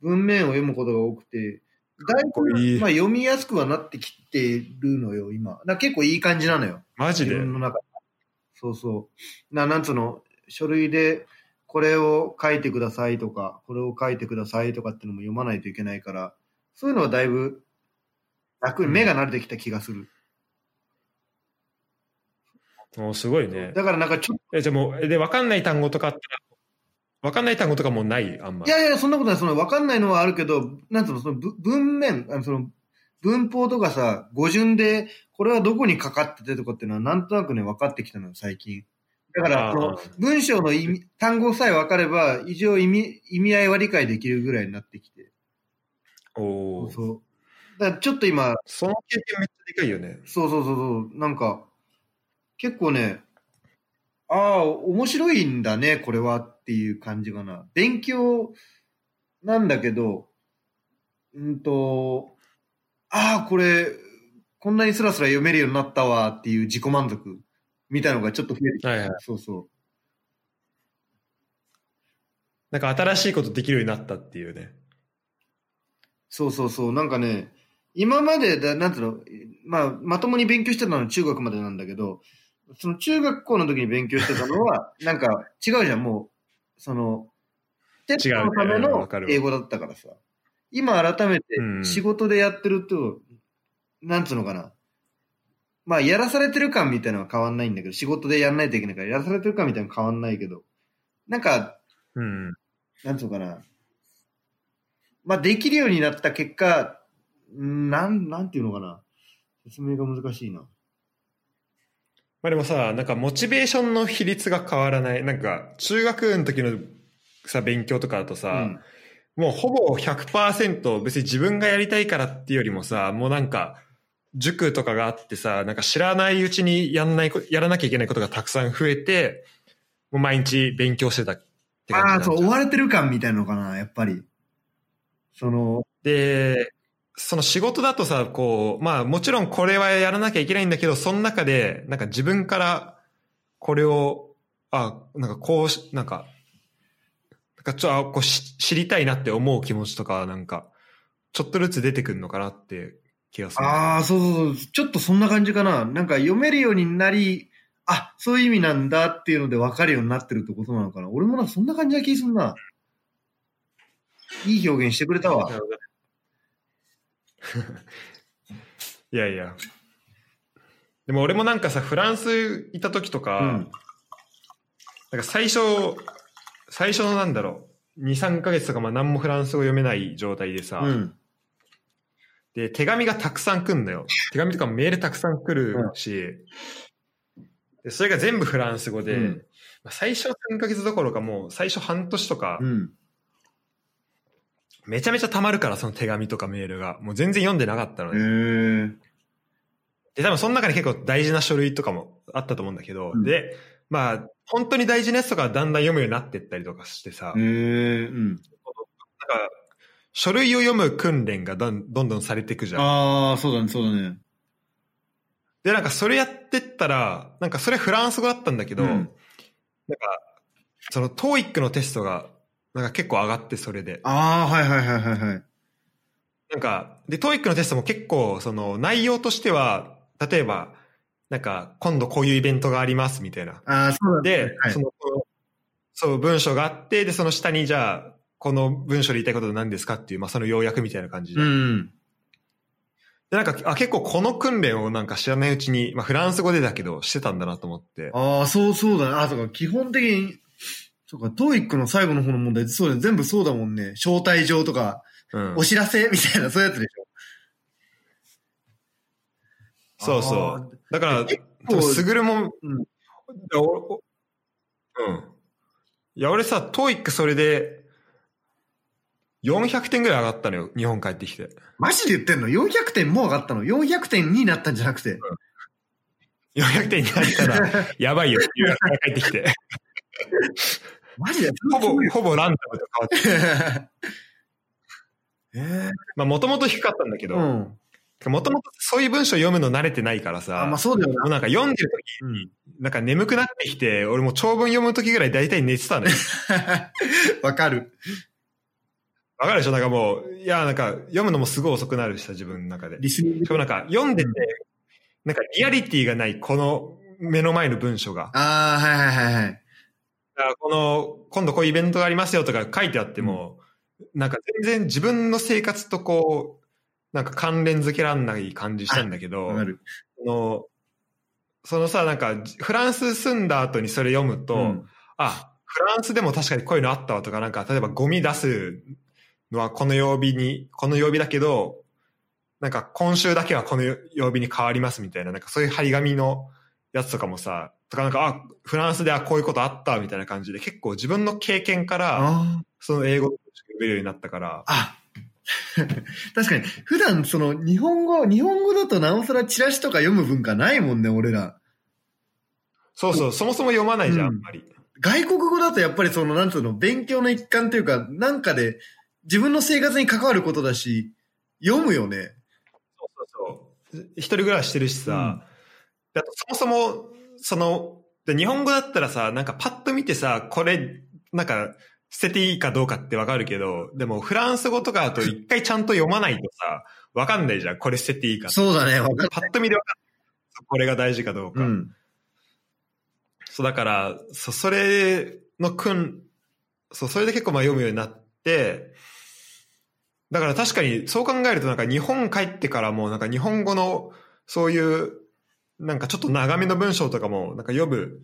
文面を読むことが多くて、だいかっこぶいいまあ、読みやすくはなってきてるのよ、今。だから結構いい感じなのよ。マジ自で分の中で。そうそう。ななんつうの、書類でこれを書いてくださいとか、これを書いてくださいとかってのも読まないといけないから、そういうのはだいぶ楽に目が慣れてきた気がする。おすごいね。だからなんかちょっえ、じゃあもう、えで、わかんない単語とかあったら、わかんない単語とかもうないあんまと、いり。やいや、そんなことない。その分かんないのはあるけど、なんつうの、そのぶ文面、あのその文法とかさ、語順で、これはどこにかかっててとかっていうのはなんとなくね、分かってきたのよ、最近。だから、あーその文章の意味、単語さえ分かれば、一応意味、意味合いは理解できるぐらいになってきて。おそお。うそう。だからちょっと今、その経験めっちゃでかいよね。そうそうそうそう、なんか、結構ね、ああ、面白いんだね、これはっていう感じかな。勉強なんだけど、うんと、ああ、これ、こんなにスラスラ読めるようになったわっていう自己満足みたいのがちょっと増えてきた。はいはい。そうそう。なんか新しいことできるようになったっていうね。そうそうそう、なんかね、今までだ、なんていうの、まあ、まともに勉強してたのは中学までなんだけど、その中学校の時に勉強してたの は、なんか違うじゃん、もう、その、テストのためうんのわかるわ英語だったからさ。今改めてうん仕事でやってると、なんつうのかな。まあ、やらされてる感みたいなのは変わんないんだけど、仕事でやんないといけないから、やらされてる感みたいなのは変わんないけど、なんか、うん。なんつうのかな。まあ、できるようになった結果、うんなん、なんていうのかな。説明が難しいな。まあでもさ、なんかモチベーションの比率が変わらない。なんか、中学の時のさ、勉強とかだとさ、うんもうほぼ100%別に自分がやりたいからっていうよりもさ、もうなんか、塾とかがあってさ、なんか知らないうちにやんないこ、やらなきゃいけないことがたくさん増えて、もう毎日勉強してたって感じあなんあ、じゃそんう、追われてる感みたいなのかな、やっぱり。その、で、その仕事だとさ、こう、まあもちろんこれはやらなきゃいけないんだけど、その中で、なんか自分からこれを、あ、なんかこうし、なんか、なんかちょっとこうし知りたいなって思う気持ちとか、なんか、ちょっとずつ出てくるのかなって気がする。ああ、そうそうそう、ちょっとそんな感じかな。なんか読めるようになり、あ、そういう意味なんだっていうので分かるようになってるってことなのかな。俺もなんかそんな感じな気すんな。いい表現してくれたわ。なるほど いやいや。でも俺もなんかさ、フランスいた時とか、うん。なんか最初、最初のなんだろう、2、3ヶ月とかまあ何もフランス語読めない状態でさ、うん。で、手紙がたくさん来るのよ。手紙とかメールたくさん来るし、でそれが全部フランス語で、うんまあ最初3ヶ月どころかもう最初半年とか、うん。めちゃめちゃ溜まるから、その手紙とかメールが。もう全然読んでなかったのへで。え。で、多分その中に結構大事な書類とかもあったと思うんだけど、うんで、まあ、本当に大事なやつとかはだんだん読むようになってったりとかしてさ、へえ。うん。なんか、書類を読む訓練がどんどんどんされていくじゃん。ああ、そうだね、そうだね。で、なんかそれやってったら、なんかそれフランス語だったんだけど、うんなんか、その TOEIC のテストが、なんか結構上がってそれで。ああ、はいはいはいはいはい。なんか、で、TOEIC のテストも結構、その内容としては、例えば、なんか、今度こういうイベントがあります、みたいな。ああ、そうだね。で、はいその、そう、文章があって、で、その下に、じゃあ、この文章で言いたいことは何ですかっていう、まあ、その要約みたいな感じで。うん。で、なんか、あ、結構この訓練をなんか知らないうちに、まあ、フランス語でだけど、してたんだなと思って。ああ、そうそうだね。あー、そうか、基本的に、そうか、トーイックの最後の方の問題ってそうだね。全部そうだもんね。招待状とか、うんお。知らせみたいな、そういうやつでしょ。そうあそう。だから、結多分すぐるも、うんいや俺おうん。いや、俺さ、トーイックそれで、400点ぐらい上がったのよ、日本帰ってきて。マジで言ってんの ?400 点もう上がったの ?400 点になったんじゃなくて。 400点になった ら、やばいよ、っていうから帰ってきて。マジでほぼ すごい、よほぼランダムと変わって。えまあ、もともと低かったんだけー、ど、うん。もともとそういう文章読むの慣れてないからさ、あ、まあもそうだよな。うなんか読んでる時うんなんか眠くなってきて、俺もう長文読む時ぐらい大体寝てた のよ。 わかる。わかるでしょなんかもう、いや、なんか読むのもすごい遅くなるしさ、自分の中で。リスニングし。かもなんか読んでて、なんかリアリティがないこの目の前の文章が。ああ、はいはいはいはい。だからこの、今度こういうイベントがありますよとか書いてあっても、なんか全然自分の生活とこう、なんか関連づけらんない感じしたんだけどわ、かる。その、そのさ、なんかフランス住んだ後にそれ読むと、うんあ、フランスでも確かにこういうのあったわとか、なんか、例えばゴミ出すのはこの曜日に、この曜日だけど、なんか今週だけはこの曜日に変わりますみたいな、なんかそういう張り紙のやつとかもさ、とかなんか、あ、フランスではこういうことあったみたいな感じで、結構自分の経験から、あーその英語を読めるようになったから、あ確かに、普段その日本語、日本語だとなおさらチラシとか読む文化ないもんね、俺ら。そうそう、そもそも読まないじゃん、うあんんまり。外国語だとやっぱりその、なんつうの、勉強の一環というか、なんかで自分の生活に関わることだし、読むよね。そうそうそう。一人暮らししてるしさ、であとそもそも、その、で日本語だったらさ、なんかパッと見てさ、これ、なんか、捨てていいかどうかってわかるけど、でもフランス語とかだ と一回ちゃんと読まないとさ、わかんないじゃん。これ捨てていいか。そうだね、わかる。パッと見でわかんない。これが大事かどううか。ん。そうだから、そ、それの訓、そう、それで結構まあ読むようになって、だから確かにそう考えるとなんか日本帰ってからもなんか日本語のそういうなんかちょっと長めの文章とかもなんか読む、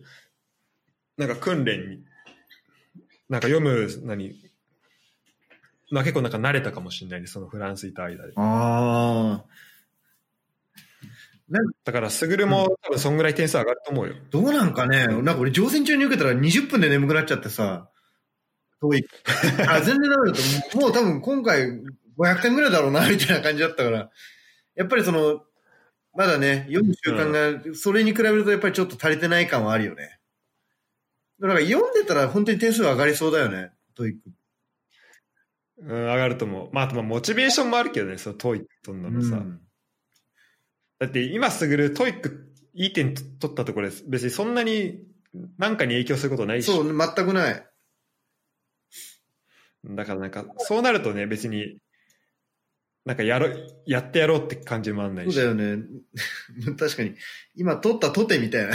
なんか訓練に、なんか読む、何、まあ結構なんか慣れたかもしれないね、そのフランスいた間で。ああ。だから、スグルも多分そんぐらい点数上がると思うよ。どうなんかね、なんか俺、乗船中に受けたら20分で眠くなっちゃってさ、遠い。あ、全然ダメだと、もう多分今回500点ぐらいだろうな、みたいな感じだったから、やっぱりその、まだね、読む習慣が、それに比べるとやっぱりちょっと足りてない感はあるよね。だから読んでたら本当に点数上がりそうだよね、トイック。うん、上がると思う。まあ、あとまあモチベーションもあるけどね、その TOEIC とんなのさ。うんだって今すぐるトイックいい点取ったところです。別にそんなになんかに影響することないし。そう、全くない。だからなんか、そうなるとね、別に、なんかやろ、やってやろうって感じもあんないそうし。だよね。 確かに、今取ったとてみたいな、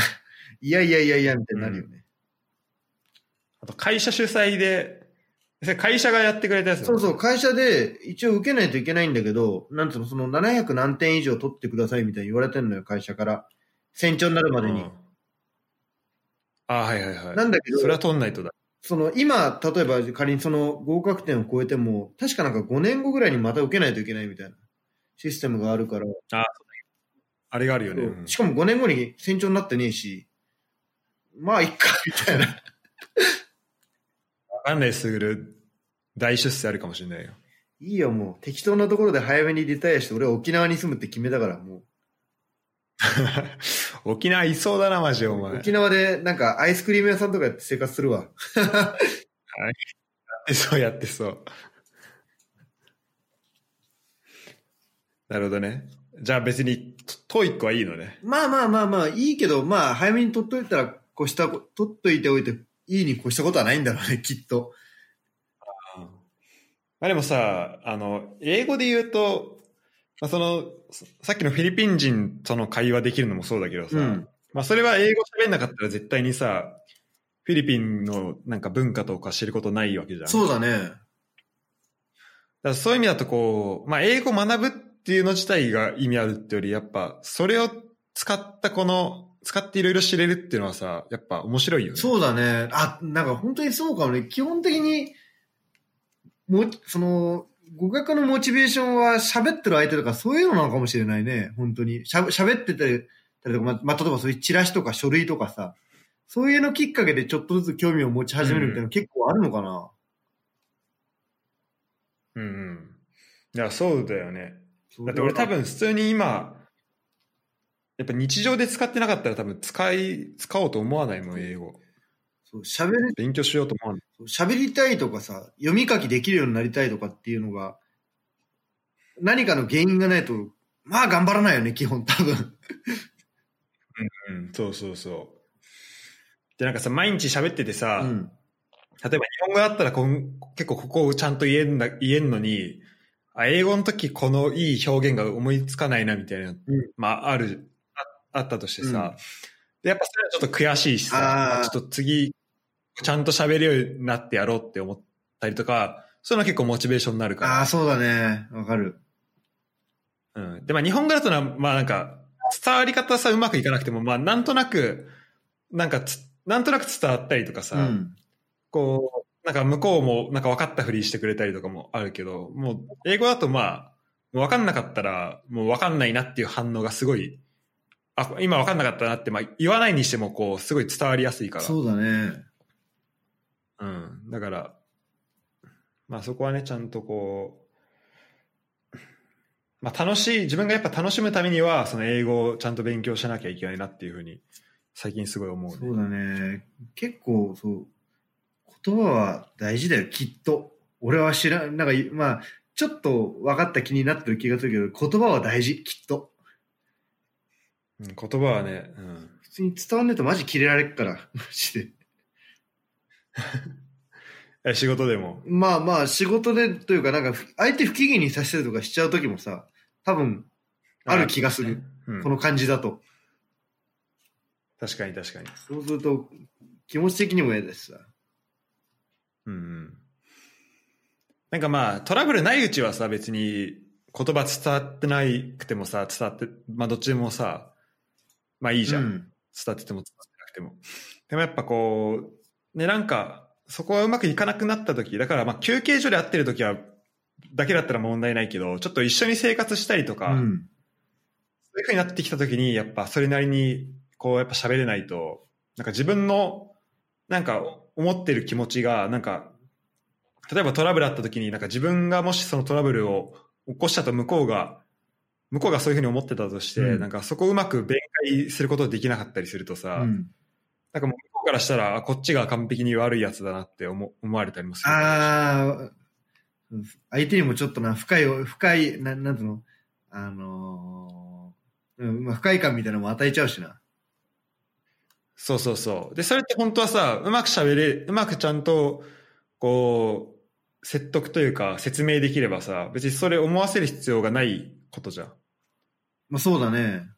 いやいやいやいや、みたいになるよね。あと会社主催で、それ会社がやってくれたやつそうそう、会社で一応受けないといけないんだけど、なんつうの、その700何点以上取ってくださいみたいに言われてんのよ、会社から。船長になるまでに。うんああ、はいはいはい。なんだけどそれは取んないとだ。その今、例えば仮にその合格点を超えても、確かなんか5年後ぐらいにまた受けないといけないみたいな。システムがあるから、あれがあるよね。うんしかも5年後に船長になってねえし、まあ、いっか、みたいな。 わかんないすぐる大出世あるかもしれないよ。いいよ、もう。適当なところで早めにリタイアして、俺は沖縄に住むって決めたから、も沖縄いそうだな、マジおう。前。沖縄で、なんか、アイスクリーム屋さんとかやって生活するわ。 そうやってそう。なるほどね。じゃあ別にトトイックはいいのね。まあまあまあまあ、いいけど、まあ、早めに取っといたら、越したこ、取っといておいて、いいに越したことはないんだろうね、 きっと。まあでもさ、あの、英語で言うと、まあ、その、ささっきのフィリピン人との会話できるのもそうだけどさ、うんまあそれは英語喋んなかったら絶対にさ、フィリピンのなんか文化とか知ることないわけじゃん。そうだね。だからそういう意味だとこう、まあ、英語学ぶっていうの自体が意味あるってより、やっぱ、それを使ったこの、使っていろいろ知れるっていうのはさ、やっぱ面白いよね。そうだね。あ、なんか本当にそうかもね。基本的に、も、その、語学のモチベーションは喋ってる相手とかそういうのなのかもしれないね。本当に。しゃ喋ってたりとか、ま、ま例えばそういうチラシとか書類とかさ、そういうのきっかけでちょっとずつ興味を持ち始めるみたいなの結構あるのかな。うんうん。いや、そうだよね。そうだって俺多、分普通に今、やっぱ日常で使ってなかったら多分使い、使おうと思わないもん、英語。そう喋る勉強しようと思わない。喋りたいとかさ、読み書きできるようになりたいとかっていうのが、何かの原因がないと、まあ頑張らないよね、基本多分。うん、そうそうそう。で、なんかさ、毎日喋っててさ、うん。例えば日本語だったらこん結構ここをちゃんと言えんだ言えんのにあ英語の時このいい表現が思いつかないなみたいな、まああるああったとしてさ、でやっぱそれはちょっと悔しいしさあーまあちょっと次ちゃんと喋れるようになってやろうって思ったりとかそういうのは結構モチベーションになるあかあ、そうだね。わかる。ら、うん、でまあ日本語だとなまあなんか伝わり方さうまくいかなくてもまあなんとなくなんかつなんとなく伝わったりとかさ、うん。こう、なんか向こうもなんか分かったふりしてくれたりとかもあるけど、もう英語だとまあ、分かんなかったら、もう分かんないなっていう反応がすごい、あ、今分かんなかったなって、まあ言わないにしてもこう、すごい伝わりやすいから。そうだね。うん。だから、まあそこはね、ちゃんとこう、まあ楽しい、自分がやっぱ楽しむためには、その英語をちゃんと勉強しなきゃいけないなっていうふうに、最近すごい思う、ね。そうだね。結構、そう。言葉は大事だよ、きっと。俺は知らん、なんか、まあ、ちょっと分かった気になってる気がするけど、言葉は大事、きっと。うん言葉はね、うん。普通に伝わんねえとマジキレられっから、マジで。え仕事でも。まあまあ仕事でというかなんかふ相手不機嫌にさせたりとかしちゃう時もさ多分ある気がする、うんこの感じだと確かに確かに。そうすると気持ち的にも嫌だしさうんうん。なんかまあ、トラブルないうちはさ、別に言葉伝わってないくてもさ、伝わって、まあどっちでもさ、まあいいじゃん。うん伝わってても伝わってなくても。でもやっぱこう、ね、なんか、そこはうまくいかなくなった時、だからまあ休憩所で会ってる時は、だけだったら問題ないけど、ちょっと一緒に生活したりとか、うんそういう風になってきた時に、やっぱそれなりに、こう、やっぱ喋れないと、なんか自分の、なんか思ってる気持ちが、なんか、例えばトラブルあった時に、なんか自分がもしそのトラブルを起こしたと向こうが、向こうがそういう風に思ってたとして、うんなんかそこをうまく弁解することできなかったりするとさ、うんなんかもう向こうからしたら、あこっちが完璧に悪いやつだなって思思われたりもする。ああ相手にもちょっとな深い深いななんつうのあのーうんまあ、不快感みたいなのも与えちゃうしなそうそうそう。で、それって本当はさ、うまく喋れ、うまくちゃんと、こう、説得というか説明できればさ、別にそれ思わせる必要がないことじゃん。まあそうだね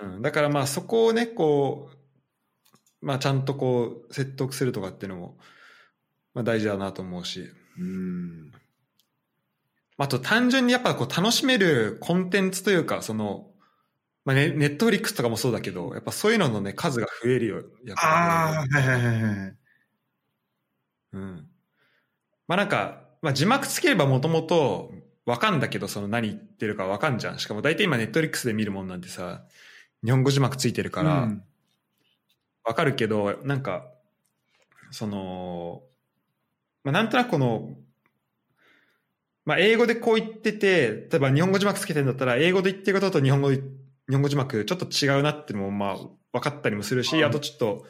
うん。だからまあそこをね、こう、まあちゃんとこう、説得するとかっていうのも、まあ大事だなと思うし。うんあと単純にやっぱこう楽しめるコンテンツというか、その、まあね、ネットフリックスとかもそうだけど、やっぱそういうののね、数が増えるよ。やっぱああはいはいはいはいうん。まあなんか、まあ字幕つければもともとわかんだけど、その何言ってるかわかんじゃん。しかも大体今ネットリックスで見るもんなんてさ、日本語字幕ついてるかうら、んわかるけど、なんか、その、まあ、なんとなくこの、まあ、英語でこう言ってて、例えば日本語字幕つけてんだったら、英語で言ってることと日本語で、日本語字幕ちょっと違うなってのも、まあ、分かったりもするし、うんあとちょっと、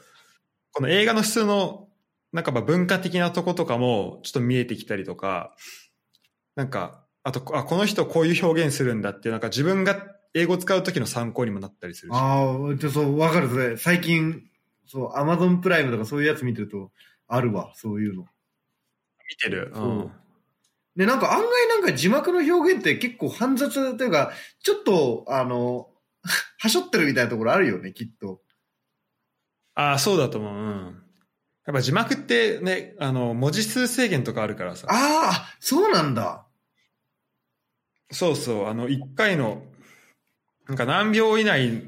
この映画の質の、なんかまあ文化的なとことかも、ちょっと見えてきたりとか、なんか、あと、あ、この人こういう表現するんだっていう、なんか自分が英語使う時の参考にもなったりするし。ああ、じゃあそう、わかるそれ。最近、そう、アマゾンプライムとかそういうやつ見てると、あるわ、そういうの。見てる。う。そうんで、なんか案外なんか字幕の表現って結構煩雑というか、ちょっと、あの、 はしょってるみたいなところあるよね、きっと。ああ、そうだと思う。うん。やっぱ字幕ってね、あの、文字数制限とかあるからさ。ああ、そうなんだ。そうそう、あの、1回の、なんか何秒以内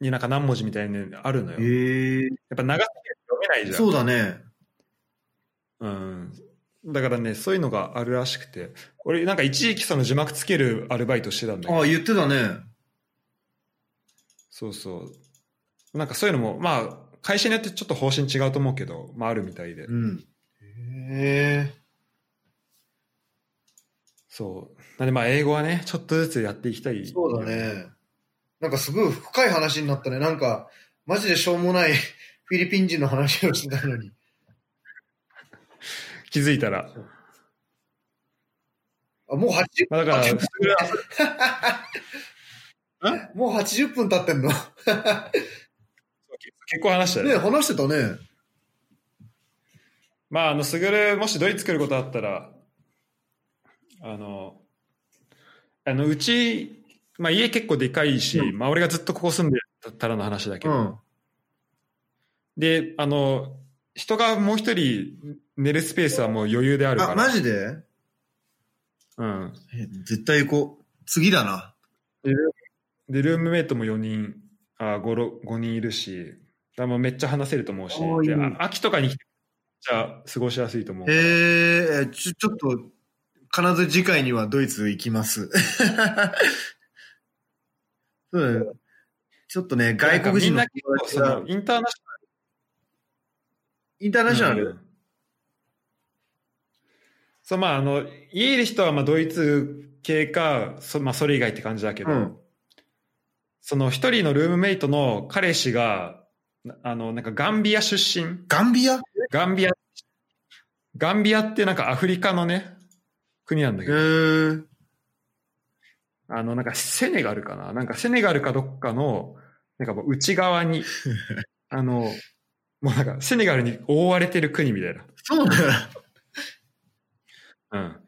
になんか何文字みたいなのあるのよ。やっへえ。ぱ長すぎると読めないじゃん。そうだね。うん。だからね、そういうのがあるらしくて。俺、なんか一時期その字幕つけるアルバイトしてたんだけあど。あ、言ってたね。そうそう。なんかそういうのも、まあ、会社によってちょっと方針違うと思うけど、まああるみたいで。うん。へえ。そう。なんでまあ英語はね、ちょっとずつやっていきたい。そうだ。ね。なんかすごい深い話になったね。なんか、マジでしょうもない フィリピン人の話をしてたのに。気づいたら。あ、もう80まあ、だ から、普通はもう80分経ってん のね結構話したね。話してたね。まあ、あの、すぐる、もしドイツ来ることあったら、あの、あの、うち、まあ、家結構でかいし、うまあ、俺がずっとここ住んでたらの話だけうど、ん。で、あの、人がもう一人寝るスペースはもう余裕であるかあ、ら。マジでうん。絶対行こう。次だな。で、ルームメイトも4人、あ5、ろ五人いるし、だからもうめっちゃ話せると思うし、おーいいでねあ秋とかに来て、じゃあ過ごしやすいと思うへ。え、ちょ、ちょっと、必ず次回にはドイツ行きます。 そうだね。ちょっとね、外国人なのんかみんな結友構達そがの、インターナシインターナショナル、うんそうまああの家いる人はまあドイツ系かそ,、まあ、それ以外って感じだけど、うんその一人のルームメイトの彼氏がなあのなんかガンビア出身ガンビアへガンビアガンビアってなんかアフリカのね国なんだけど、え。あのなんかセネガルかななんかセネガルかどっかのなんかもう内側 にあのもうなんかセネガルに覆われてる国みたいなそうなんだ。うん。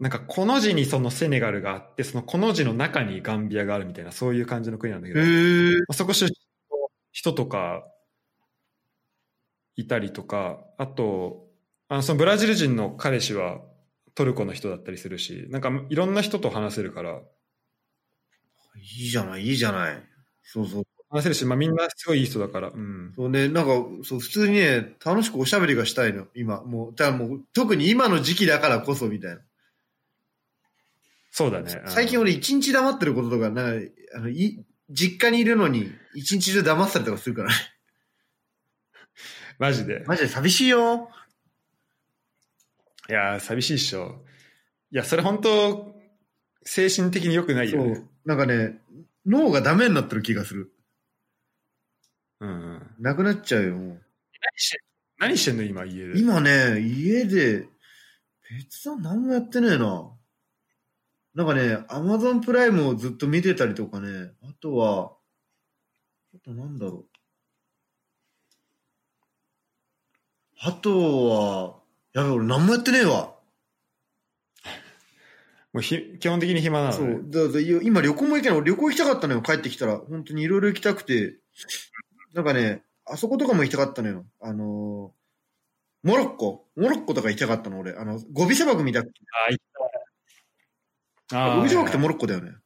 なんか、この字にそのセネガルがあって、そのこの字の中にガンビアがあるみたいな、そういう感じの国なんだけへど、まえ。あそこ出身の人とか、いたりとか、あと、あの、そのブラジル人の彼氏はトルコの人だったりするし、なんかいろんな人と話せるから、いいじゃない、いいじゃない。そうそう。話せるし、まあみんなすごいいい人だから、うん。そうね、なんか、そう、普通にね、楽しくおしゃべりがしたいの、今。もう、だからもう、特に今の時期だからこそ、みたいな。そうだね。うん最近俺、一日黙ってることとか、なんか、あの、い、実家にいるのに、一日中黙ってたりとかするからね。マジで。マジで寂しいよ。いやー、寂しいっしょ。いや、それ本当、精神的に良くないそよね。う。なんかね、脳がダメになってる気がする。うんうん。なくなっちゃうよ、もう。何して何してんの今家で今ね、家で、別段何もやってねえな。なんかね、アマゾンプライムをずっと見てたりとかね、あとは、あとなんだろう。あとは、やべ、俺何もやってねえわ。もうひ基本的に暇なのそね、う。だだい今旅行も行けない。俺旅行行きたかったのよ。帰ってきたら。本当にいろいろ行きたくて。なんかね、あそことかも行きたかったのよ。あのーモロッコ。モロッコとか行きたかったの、俺。あの、ゴビ砂漠見たくて。あ行ったあーゴビ砂漠ってはいモはいロッコだよね。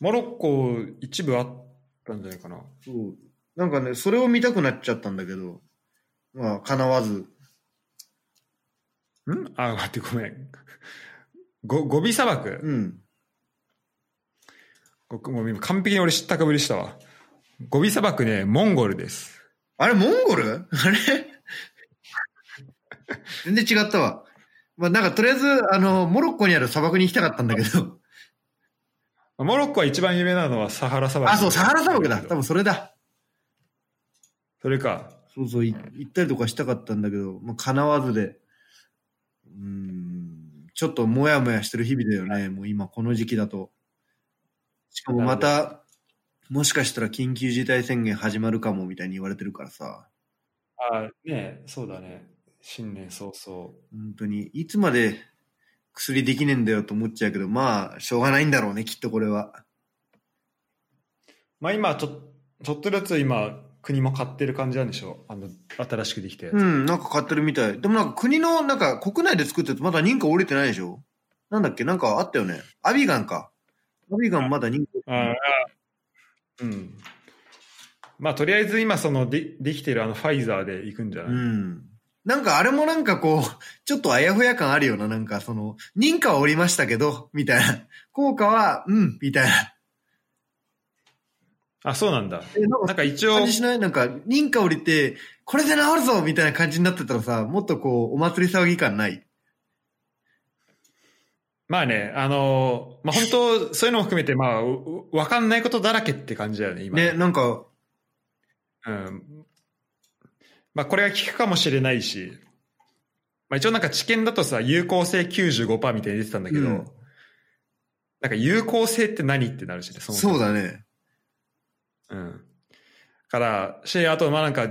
モロッコ一部あったんじゃないかなそう。なんかね、それを見たくなっちゃったんだけど、まあ、叶わず。んあ待ってごめんご、ゴビ砂漠うん。ごもう今完璧に俺知ったかぶりしたわ。ゴビ砂漠ね、モンゴルです。あれ、モンゴル あれ全然違ったわ。まあ、なんか、とりあえず、あの、モロッコにある砂漠に行きたかったんだけど。モロッコは一番有名なのはサハラ砂漠。あ、そう、サハラ砂漠だ。多分それだ。それか。そうそう、い行ったりとかしたかったんだけど、まあ、叶わずで。うーん、ちょっともやもやしてる日々だよね。もう今、この時期だと。しかもまた、もしかしたら緊急事態宣言始まるかもみたいに言われてるからさ。あねそうだね。新年早々。本当に、いつまで薬できねえんだよと思っちゃうけど、まあ、しょうがないんだろうね、きっとこれは。まあ今ちょ、ちょっとずつ今、国も買ってる感じなんでしょう。あの、新しくできて。うん、なんか買ってるみたい。でもなんか国の、なんか国内で作ってるとまだ認可降りてないでしょなんだっけなんかあったよね。アビガンか。アビガンまだ認可。あーうん。まあとりあえず今そので、できてるあのファイザーで行くんじゃない、うん。なんかあれもなんかこう、ちょっとあやふや感あるよな。なんかその、認可は降りましたけど、みたいな。 効果は、うん、みたいな。あ、そうなんだ。えなんかなんか一応感、じしないなんか、認可降りて、これで治るぞみたいな感じになってたらさ、もっとこう、お祭り騒ぎ感ない。まあね、あのーまあ本当、そういうのも含めて、まあ、ううわかんないことだらけって感じだよね、今。ね、なんか、うん。まあこれが効くかもしれないし、まあ一応なんか治験だとさ、有効性95%みたいに出てたんだけど、うんなんか有効性って何ってなるしね、そもそもそうだね。うん。から、し、あと、まあなんか、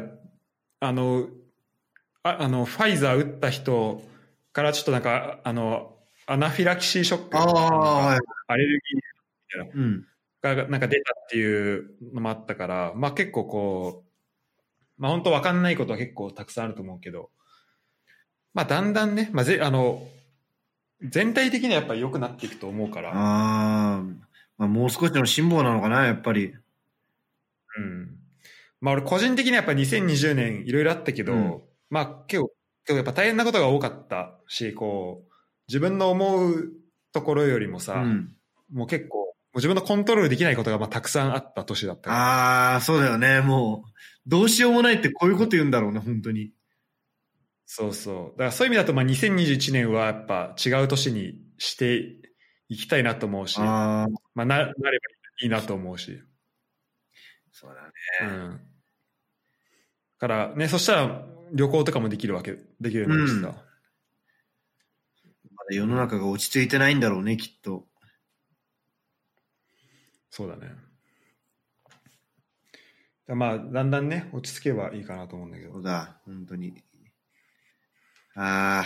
あの、ああの、ファイザー打った人からちょっとなんか、あの、アナフィラキシーショック、ああ、はい。アレルうん。ギーがなんか出たっていうのもあったから、まあ結構こう、まあ本当わかんないことは結構たくさんあると思うけど、まあだんだんね、まあぜ、あの、全体的にはやっぱり良くなっていくと思うから、ああ、まあ、もう少しの辛抱なのかな、やっぱり。うん。まあ俺個人的にはやっぱ2020年いろいろあったけど、うんまあ結構、結構やっぱ大変なことが多かったし、こう、自分の思うところよりもさ、うん。もう結構、もう自分のコントロールできないことがまあたくさんあった年だったから。ああ、そうだよね、もう。どうしようもないってこういうこと言うんだろうね、本当に。そうそう。だからそういう意味だとまあ2021年はやっぱ違う年にしていきたいなと思うし、ああ、まあななればいいなと思うし。そうだね。うん。だからね、そしたら旅行とかもできるわけ、できるようになるしさ。うんまだ世の中が落ち着いてないんだろうね、きっと。そうだね。だからまあ、だんだんね、落ち着けばいいかなと思うんだけそどう。だ、本当に。ああ。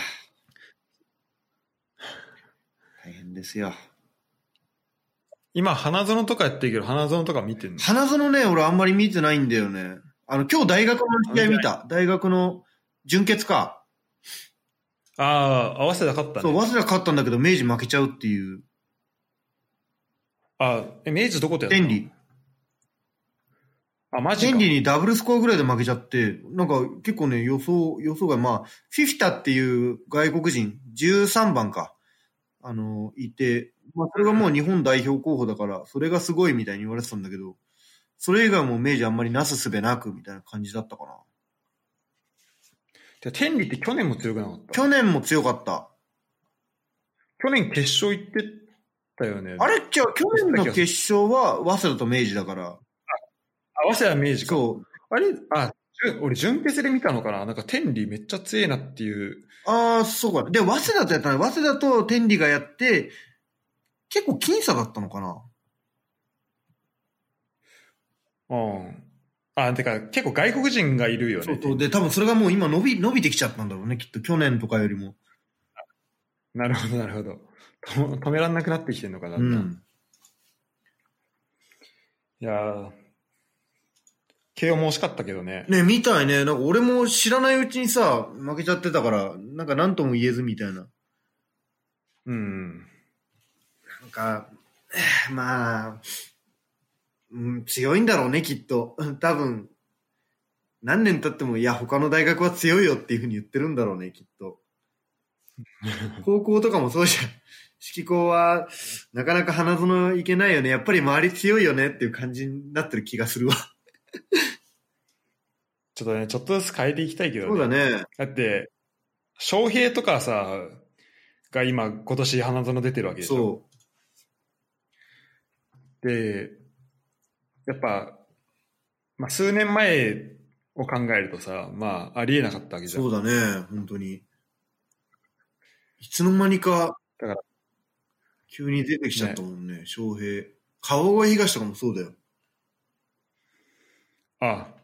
大変ですよ。今、花園とかやってるけど、花園とか見てんの花園ね、俺あんまり見てないんだよね。あの、今日大学の試合見た。大学の準決か。ああ、合わせたかったそう、ね。早稲田勝ったんだけど、明治負けちゃうっていう。あえ、明治どことやったの天理。あ、マジか。天理にダブルスコアぐらいで負けちゃって、なんか結構ね、予想、予想外、まあ、フィフィタっていう外国人、13番か、あの、いて、まあ、それがもう日本代表候補だから、それがすごいみたいに言われてたんだけど、それ以外も明治あんまりなすすべなくみたいな感じだったかな。てか天理って去年も強くなかった。去年も強かった。去年決勝行ってたよね。あれじゃあ去年の決勝は、早稲田と明治だから、あ早稲田明治か。そう、あれあ、じゅ俺、準決で見たのかななんか天理めっちゃ強えなっていう。ああ、そうか。で、早稲田とやったの早稲田と天理がやって、結構僅差だったのかなうん。あ、てか、結構外国人がいるよね。そうそう。で、多分それがもう今伸び、伸びてきちゃったんだろうね、きっと。去年とかよりも。なるほど、なるほど。と止めらんなくなってきてんのかな、だうんだんん。いやー、慶応も惜しかったけどね。ね、みたいね。なんか俺も知らないうちにさ、負けちゃってたから、なんか何とも言えずみたいな。うん。なんか、えーまあ、うん、強いんだろうね、きっと。 多分、何年経っても、いや、他の大学は 強いよっていうふうに言ってるんだろうね、きっと。高校とかもそうじゃん。色光は、なかなか花園いけないよね。やっぱり周り強いよねっていう感じになってる気がするわ。ちょっとね、ちょっとずつ変えていきたいけどそうだね。だって、翔平とかさ、が今、今年花園出てるわけでしょ。そで、やっぱ、まあ、数年前を考えるとさ、まあ、ありえなかったわけう。じゃん。そうだね。本当に。いつの間にか、だから急に出てきちゃったもんね、翔平。顔が東とかもそうだよ。あ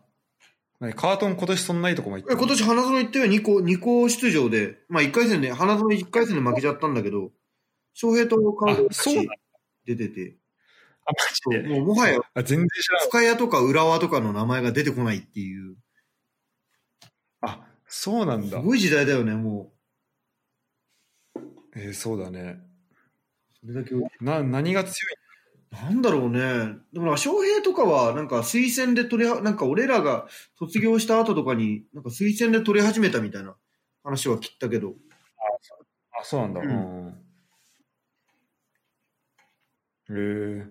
あ。カートン今年そんないいとこも行っえて今年花園行ったよ、2校、二校出場で。まあ1回戦で、花園1回戦で負けちゃったんだけど、翔平と顔があそうなんだ出てて。あ、マジで。もうもはや、あ、全然知ら深谷とか浦和とかの名前が出てこないっていう。ん。あ、そうなんすだ。ごい時代だよね、もえーそうだね。う。それだけ。な、何が強いなんだろうね。でもなんか翔平とかは、なんか推薦で取りは、なんか俺らが卒業した後とかに、なんか推薦で取り始めたみたいな話は聞いたけど。あ、そうなんだ。ううんん。へえ。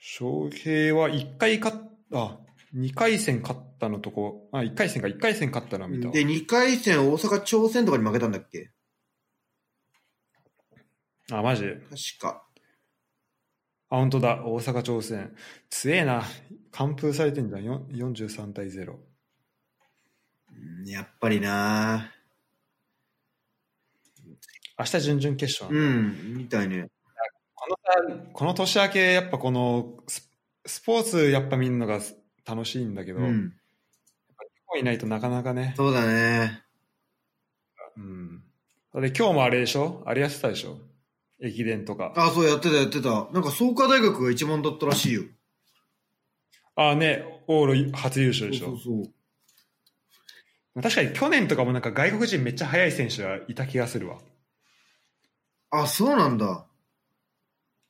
翔平は1回勝っあ、2回戦勝ったのとこ、あ、1回戦か、1回戦勝ったのは見たわ。で、2回戦大阪挑戦とかに負けたんだっけあ、マジで。確か。あ、本当だ。大阪挑戦。強えな。完封されてんじゃん。よん43対0。うんやっぱりな明日準々決勝うなんだ、ん、みたいね。このさこの年明け、やっぱこのス、スポーツやっぱ見るのが楽しいんだけど、う日本ん。いないとなかなかね。そうだね。うん。で、今日もあれでしょあれやってたでしょ駅伝とか。あ、そう、やってた、やってた。なんか創価大学が一番だったらしいよ。ああね、オール初優勝でしょそうそうそう。確かに去年とかもなんか外国人めっちゃ速い選手がいた気がするわ。あ、そうなんだ。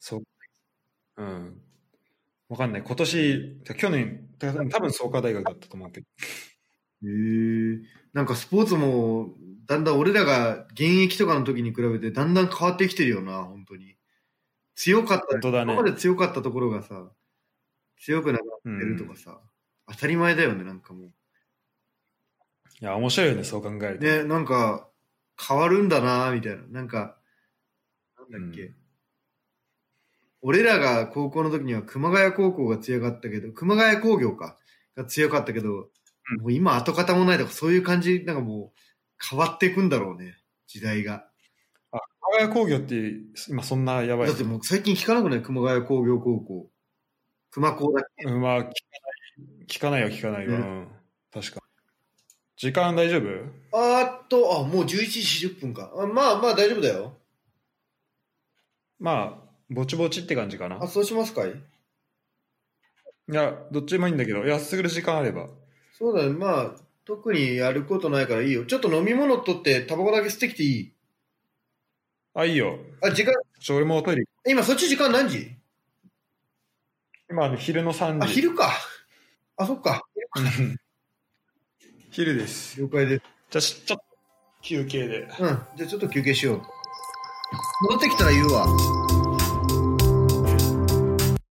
そう。うん。わかんない。今年、去年、多分創価大学だったと思うけど。へえ。なんかスポーツも、だんだん俺らが現役とかの時に比べて、だんだん変わってきてるよな、本当に。強かった、本当だね今まで強かったところがさ、強くなくうなってん。るとかさ、当たり前だよね、なんかもいや、面白いよね、そう考えるう。と。ね、なんか、変わるんだな、みたいな。なんか、なんだっけ。うん俺らが高校の時には熊谷高校が強かったけど、熊谷工業か、が強かったけど、うんもう今跡形もないとかそういう感じ、なんかもう変わっていくんだろうね、時代が。熊谷工業って今そんなやばいだっ。てもう最近聞かなくない熊谷工業高校。熊高だっけうん、まあ、聞かない、聞かないよ、聞かないよ。ねうん。確か。時間大丈夫あーっと、あ、もう11時40分か。あまあまあ大丈夫だよ。まあ、ぼちぼちって感じかな。あ、そうしますかいいや、どっちでもいいんだけど、いや、すぐる時間あれば。そうだね、まあ、特にやることないからいいよ。ちょっと飲み物取ってタバコだけ吸ってきていいあ、いいよ。あ、時間、ちょ、俺もトイレ。今そっち時間何時今、あの昼の3時。あ、昼か。あ、そっか。うん 昼です。了解です。じゃあ、しちょっと休憩で。うん。じゃあちょっと休憩しよう。戻ってきたら言うわ。